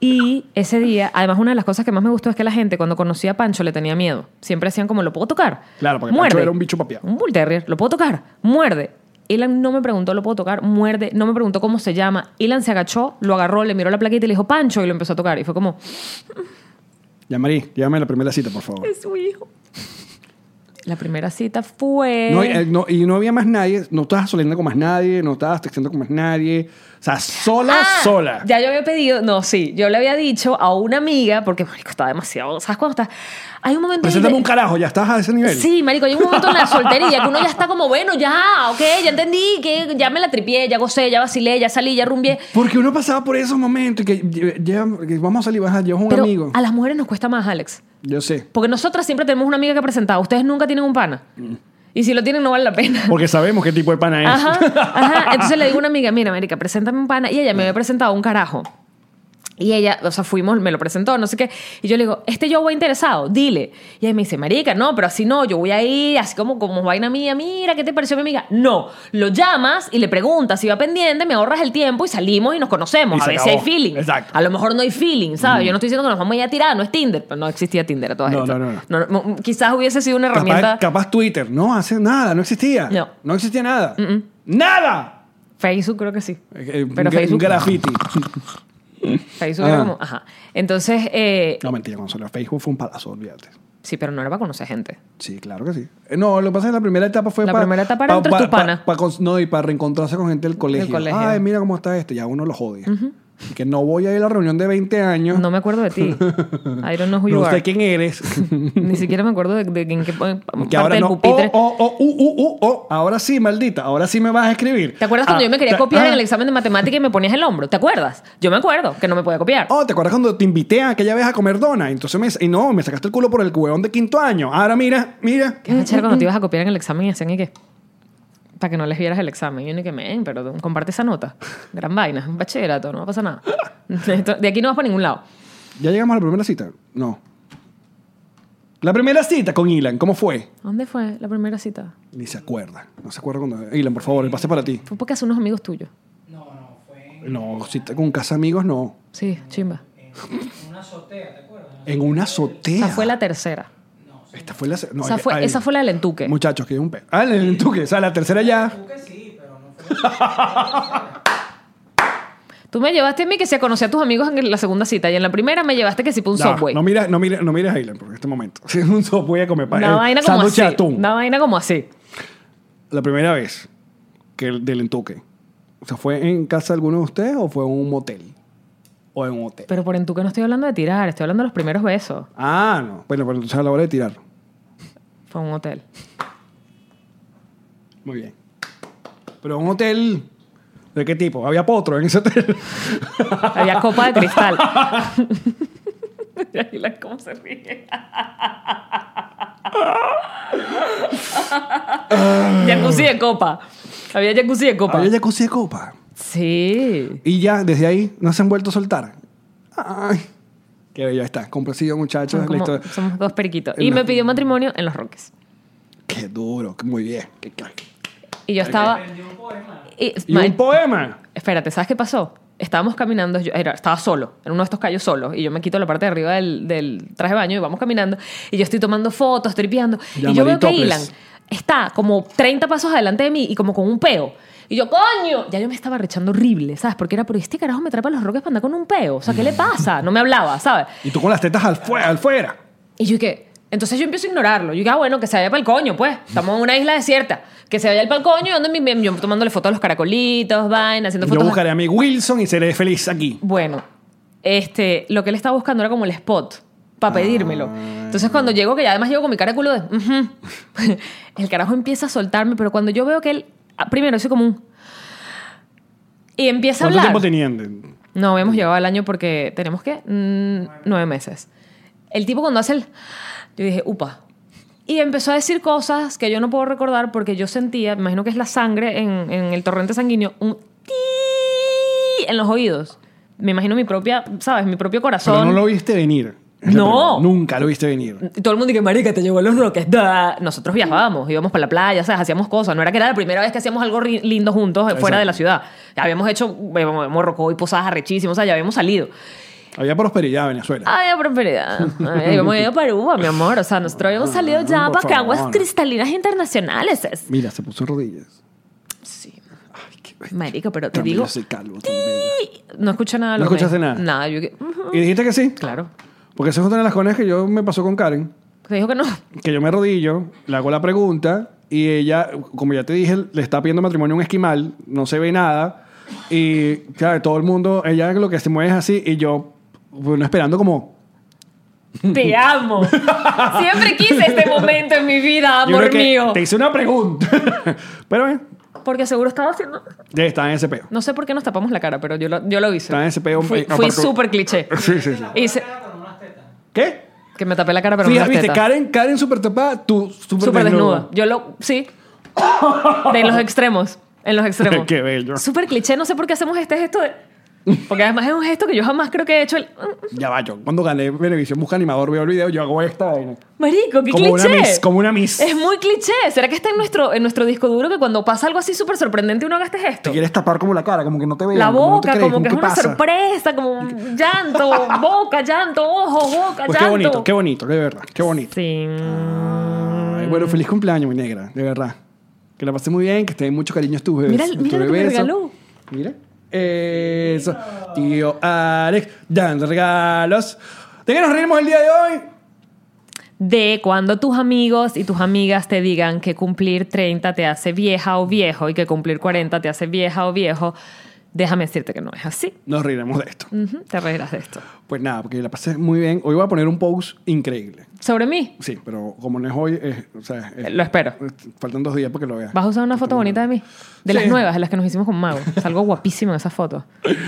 S1: Y ese día, además, una de las cosas que más me gustó es que la gente, cuando conocía a Pancho, le tenía miedo. Siempre hacían como, ¿lo puedo tocar?
S2: Claro, porque Pancho era un bicho papiado.
S1: Un bull terrier. ¿Lo puedo tocar? Muerde. Elan no me preguntó, ¿lo puedo tocar? Muerde. No me preguntó cómo se llama. Elan se agachó, lo agarró, le miró la plaquita y le dijo, Pancho, y lo empezó a tocar. Y fue como,
S2: [laughs] Ya, Marí, llévame a la primera cita, por favor.
S1: su hijo. La primera cita fue.
S2: No, eh, no, y no había más nadie. No estabas saliendo con más nadie. No estabas texteando con más nadie. O sea, sola,
S1: Ah,
S2: sola.
S1: Ya yo había pedido, no, sí, yo le había dicho a una amiga, porque marico está demasiado, ¿sabes cuándo estás? Hay un momento en
S2: Preséntame
S1: el-
S2: un carajo. Ya estás a ese nivel.
S1: Sí, marico, hay un momento en la soltería que uno ya está como, bueno, ya, ok, ya entendí, que ya me la tripié, ya gocé, ya vacilé, ya salí, ya rumbié.
S2: Porque uno pasaba por esos momentos y que, lle- lle- que vamos a salir, vas a llevar un
S1: Pero
S2: amigo.
S1: a las mujeres nos cuesta más, Alex.
S2: Yo sé.
S1: Porque nosotras siempre tenemos una amiga que presentar. Ustedes nunca tienen un pana.
S2: Mm.
S1: Y si lo tienen, no vale la pena.
S2: Porque sabemos qué tipo de pana es.
S1: Ajá, ajá. Entonces le digo a una amiga, mira, América, preséntame un pana. Y ella me había presentado un carajo. Y ella, o sea, fuimos, me lo presentó, no sé qué. Y yo le digo, este yo voy interesado, dile. Y ella me dice, marica, no, pero así no, yo voy a ir, así como, como vaina mía, mira, ¿qué te pareció mi amiga? No, lo llamas y le preguntas si va pendiente, me ahorras el tiempo y salimos y nos conocemos.
S2: Y
S1: a
S2: se
S1: ver si hay
S2: acabó.
S1: feeling.
S2: Exacto.
S1: A lo mejor no hay feeling, ¿sabes? Yo no estoy diciendo que nos vamos a ir a tirar, no es Tinder, pero no existía Tinder a todas
S2: No,
S1: estas.
S2: no, no,
S1: no, Quizás hubiese sido una
S2: Capaz,
S1: herramienta
S2: capaz Twitter. No, hace nada. No existía.
S1: No.
S2: existía nada. ¡Nada!
S1: Facebook, creo que sí.
S2: Eh, eh, un
S1: Pero
S2: gra- un
S1: Facebook.
S2: graffiti.
S1: Facebook era
S2: Ajá.
S1: como, ajá. Entonces, eh,
S2: Ah. No, mentira, cuando salió Facebook fue un palazo, olvídate.
S1: sí, pero no era para conocer gente.
S2: Sí, claro que sí. Eh, No, lo que pasa es que la primera etapa fue
S1: La
S2: pa-
S1: primera etapa era
S2: pa-
S1: entre
S2: pa-
S1: tus panas.
S2: pa- pa cons- no, y para reencontrarse con gente del colegio.
S1: colegio.
S2: Ay, mira cómo está este, ya uno lo jode. Y que no voy a ir a la reunión de 20 años.
S1: No me
S2: [laughs]
S1: acuerdo de ti. I don't know who you
S2: No
S1: are.
S2: sé quién
S1: [laughs]
S2: eres.
S1: Ni siquiera me acuerdo de, de- de en qué pa- parte
S2: que ahora
S1: del
S2: no. Oh,
S1: pupitre.
S2: oh, oh, uh, uh, uh, oh. Ahora sí, maldita. Ahora sí me vas a escribir.
S1: ¿Te acuerdas cuando
S2: Ah,
S1: yo me quería
S2: te-
S1: copiar
S2: ah.
S1: en el examen de matemática y me ponías el hombro? ¿Te acuerdas? Yo me acuerdo que no me podía copiar.
S2: Oh, ¿te acuerdas cuando te invité a aquella vez a comer dona? Entonces me... Y no, me sacaste el culo por el huevón de quinto año. Ahora mira, mira.
S1: ¿Qué es cuando te
S2: Mm,
S1: ibas a copiar en el examen y hacían y qué? Para que no les vieras el examen. Y uno y que, men, pero comparte esa nota. Gran vaina, es un bachillerato, no pasa nada. [laughs] Esto- De aquí no vas para ningún lado.
S2: ¿Ya llegamos a la primera cita? No. La primera cita con Ilan, ¿cómo fue?
S1: ¿Dónde fue la primera cita?
S2: Ni se acuerda. No se acuerda cuando. Ilan, por favor, el pase para ti.
S1: Fue porque hace unos amigos tuyos.
S2: No, cita con casa amigos, no.
S1: Sí, chimba.
S2: En una
S1: Esa
S2: azotea.
S1: fue la tercera.
S2: Esta fue la. no,
S1: esa,
S2: ay,
S1: fue,
S2: ay,
S1: esa fue la del entuque.
S2: Muchachos, que es un pe. Ah, en el entuque. O sea, la tercera ya.
S1: Tú me llevaste a mí que se conocía a tus amigos en la segunda cita y en la primera me llevaste que sí para un
S2: No,
S1: subway.
S2: no mires no mira, no mires a Ilan por este momento. [laughs] Es un voy a comer pan.
S1: una vaina como
S2: sándwich
S1: así.
S2: de atún.
S1: Una vaina como así.
S2: La primera vez que el, del entuque. O sea, ¿fue en casa de alguno de ustedes o fue en un motel? O en un hotel.
S1: Pero por entuque no estoy hablando de tirar, estoy hablando de los primeros besos.
S2: Ah, no. Bueno, pero entonces a la hora de tirar.
S1: Fue a un hotel.
S2: Muy bien. Pero un hotel. ¿De qué tipo? Había potro en ese hotel. [laughs]
S1: Había copa de cristal. [laughs] Y Águila, ¿cómo se ríe?
S2: Ah.
S1: jacuzzi de copa. Había jacuzzi de copa.
S2: Había jacuzzi de copa.
S1: Sí.
S2: Y ya desde ahí no se han vuelto a soltar. Ay, que ya está. Complacido, muchachos.
S1: Son
S2: la
S1: como-
S2: historia-
S1: somos dos periquitos. Y
S2: No.
S1: me pidió matrimonio en Los Roques.
S2: Qué duro, qué muy bien. Qué crack.
S1: Y yo estaba... Y-
S2: Y
S1: ma-
S2: un poema.
S1: Espérate, ¿sabes qué pasó? Estábamos caminando, yo era- estaba solo, en uno de estos callos solo, y yo me quito la parte de arriba del, del traje de baño y vamos caminando, y yo estoy tomando fotos, tripeando, y yo
S2: Llamaré
S1: veo que
S2: topless.
S1: Ilan está como 30 pasos adelante de mí y como con un peo. Y yo, coño, ya yo me estaba rechando horrible, ¿sabes? Porque era, pero este carajo me trapa los roques para andar con un peo. O sea, ¿qué le pasa? No me hablaba, ¿sabes?
S2: Y tú con las tetas al, fue- al fuera.
S1: Y yo dije, entonces yo empiezo a ignorarlo. Yo dije, ah, bueno, que se vaya para el coño, pues. Estamos en una isla desierta. Que se vaya al palcoño y ando en mi- yo tomándole fotos a los caracolitos, vaina, haciendo
S2: Yo
S1: fotos.
S2: buscaré a mi Wilson y seré feliz aquí.
S1: Bueno, este, lo que él estaba buscando era como el spot para pedírmelo. Entonces cuando llego, que ya además llego con mi cara de culo de... "Ujú", [laughs] el carajo empieza a soltarme, pero cuando yo veo que él... ah, Primero, soy como un... Y empieza a
S2: ¿Cuánto tiempo
S1: hablar.
S2: tenían?
S1: No, habíamos llegado al año porque tenemos que mm, nueve meses. El tipo cuando hace el... Yo dije, upa. Y empezó a decir cosas que yo no puedo recordar porque yo sentía, me imagino que es la sangre en, en el torrente sanguíneo, un ti en los oídos. Me imagino mi propia, ¿sabes? Mi propio corazón.
S2: Pero no lo viste venir. Es la
S1: No.
S2: pregunta. Nunca lo viste venir.
S1: Y todo el mundo que marica, te llegó a los roques. da". Nosotros viajábamos, íbamos para la playa, ¿sabes? hacíamos cosas. No era que era la primera vez que hacíamos algo ri- lindo juntos eh, fuera
S2: Exacto.
S1: de la ciudad. Ya habíamos hecho eh, Morrocoy, posadas arrechísimas, o sea, ya habíamos salido.
S2: Había prosperidad en Venezuela.
S1: Ay, prosperidad. Ay, hemos ido para Aruba, mi amor. O sea, nosotros hemos salido ya
S2: Ah, por
S1: para que aguas
S2: favor.
S1: cristalinas internacionales. Es-
S2: Mira, se puso en rodillas.
S1: Sí,
S2: Ay, qué
S1: marico, pero te
S2: Tan
S1: digo...
S2: bello, soy calvo, tan bello.
S1: "Ay". No escuché nada. de
S2: ¿No
S1: lo que-
S2: escuchaste nada?
S1: Nada, yo... que- ujú.
S2: ¿Y dijiste que sí?
S1: Claro.
S2: Porque esa es una de las cosas que yo me pasó con Karen.
S1: Te dijo que no. [laughs]
S2: que yo me arrodillo, le hago la pregunta y ella, como ya te dije, le está pidiendo matrimonio a un esquimal, no se ve nada y claro, todo el mundo, ella lo que se mueve es así y yo, bueno, esperando como...
S1: Te amo. Siempre quise este momento en mi
S2: yo
S1: vida,
S2: creo
S1: amor
S2: que
S1: mío.
S2: Te hice una pregunta. [laughs] pero bueno,
S1: Porque seguro estaba haciendo...
S2: ya está en ese peo.
S1: No sé por qué nos tapamos la cara, pero yo lo, yo lo hice.
S2: Está en ese peo.
S1: Fui,
S2: eh,
S1: fui
S2: aparco-
S1: súper cliché.
S2: Sí, sí, sí.
S1: Hice-
S2: ¿Qué?
S1: que me tapé la cara, pero no
S2: Fíjate,
S1: las
S2: viste,
S1: tetas.
S2: Karen, Karen súper tapada, tú súper
S1: Súper desnuda.
S2: desnudo.
S1: Yo lo. Sí. De los extremos. En los
S2: [laughs]
S1: extremos.
S2: Qué bello.
S1: Súper cliché. No sé por qué hacemos este gesto de. Porque además es un gesto que yo jamás creo que he hecho. El...
S2: Ya va, yo cuando gané Benevisión Busca Animador, veo el video, yo hago esta vaina.
S1: Marico, qué
S2: Como una
S1: cliché.
S2: miss, como una miss.
S1: Es muy cliché. ¿Será que está en nuestro, en nuestro disco duro que cuando pasa algo así súper sorprendente uno haga este
S2: Te
S1: gesto?
S2: quieres tapar como la cara, como que no te vean.
S1: La
S2: como no te
S1: boca,
S2: crees,
S1: como que es
S2: ¿qué
S1: una
S2: pasa?
S1: sorpresa, como un llanto, boca, llanto, ojo, boca,
S2: Pues
S1: llanto.
S2: qué bonito, qué bonito, de verdad, qué bonito.
S1: Sí.
S2: Ay, bueno,
S1: Mm.
S2: feliz cumpleaños, mi negra, de verdad. Que la pasé muy bien, que te den mucho cariño a tus bebés.
S1: Mira-
S2: a tus
S1: mira lo que me
S2: bebés.
S1: regaló.
S2: Mira. Eso. Tío Alex, dando regalos. ¿De qué nos reímos el día de hoy?
S1: de cuando tus amigos y tus amigas te digan que cumplir 30 te hace vieja o viejo y que cumplir 40 te hace vieja o viejo, déjame decirte que no es así.
S2: Nos reiremos de esto.
S1: Ujú, te reirás de esto.
S2: Pues nada, porque la pasé muy bien. Hoy voy a poner un post increíble.
S1: Sobre mí,
S2: Sí, pero como no es hoy, es- o sea, es-
S1: lo espero.
S2: faltan dos días para que lo veas.
S1: Vas a usar una foto bonita de mí, de las
S2: Sí.
S1: nuevas, de las que nos hicimos con Mago. Salgo guapísimo en esa foto,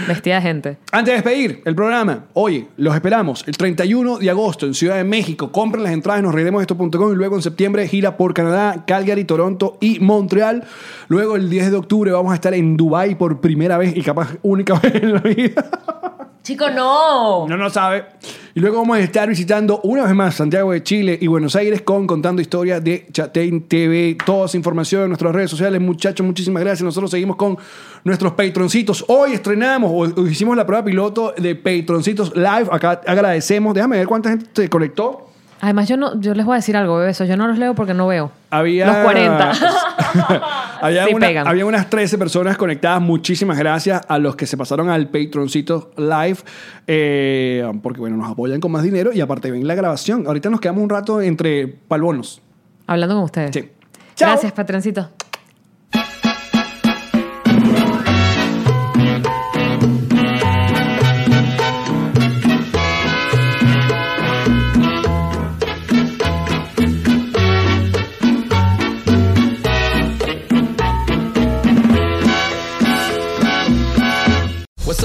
S1: vestida de gente.
S2: Antes de despedir el programa, hoy los esperamos el 31 de agosto en Ciudad de México. Compren las entradas, nos reiremos esto.com y luego en septiembre gira por Canadá, Calgary, Toronto y Montreal. Luego el 10 de octubre vamos a estar en Dubai por primera vez y capaz única [laughs] vez en la vida.
S1: Chico, no.
S2: No, no sabe. Y luego vamos a estar visitando una vez más Santiago de Chile y Buenos Aires con Contando Historias de Chatein TV. Toda esa información en nuestras redes sociales. Muchachos, muchísimas gracias. Nosotros seguimos con nuestros patroncitos. Hoy estrenamos o, o hicimos la prueba piloto de patroncitos live. Acá agradecemos. Déjame ver cuánta gente se conectó.
S1: Además, yo, no, yo les voy a decir algo, besos. Yo no los leo porque no veo.
S2: Había...
S1: Los 40.
S2: [laughs] había,
S1: Sí
S2: una-
S1: pegan.
S2: había unas 13 personas conectadas. Muchísimas gracias a los que se pasaron al Patroncito Live. eh, porque, bueno, nos apoyan con más dinero y aparte ven la grabación. Ahorita nos quedamos un rato entre palbonos.
S1: Hablando con ustedes.
S2: Sí. Chao.
S1: Gracias, patroncito.
S3: What's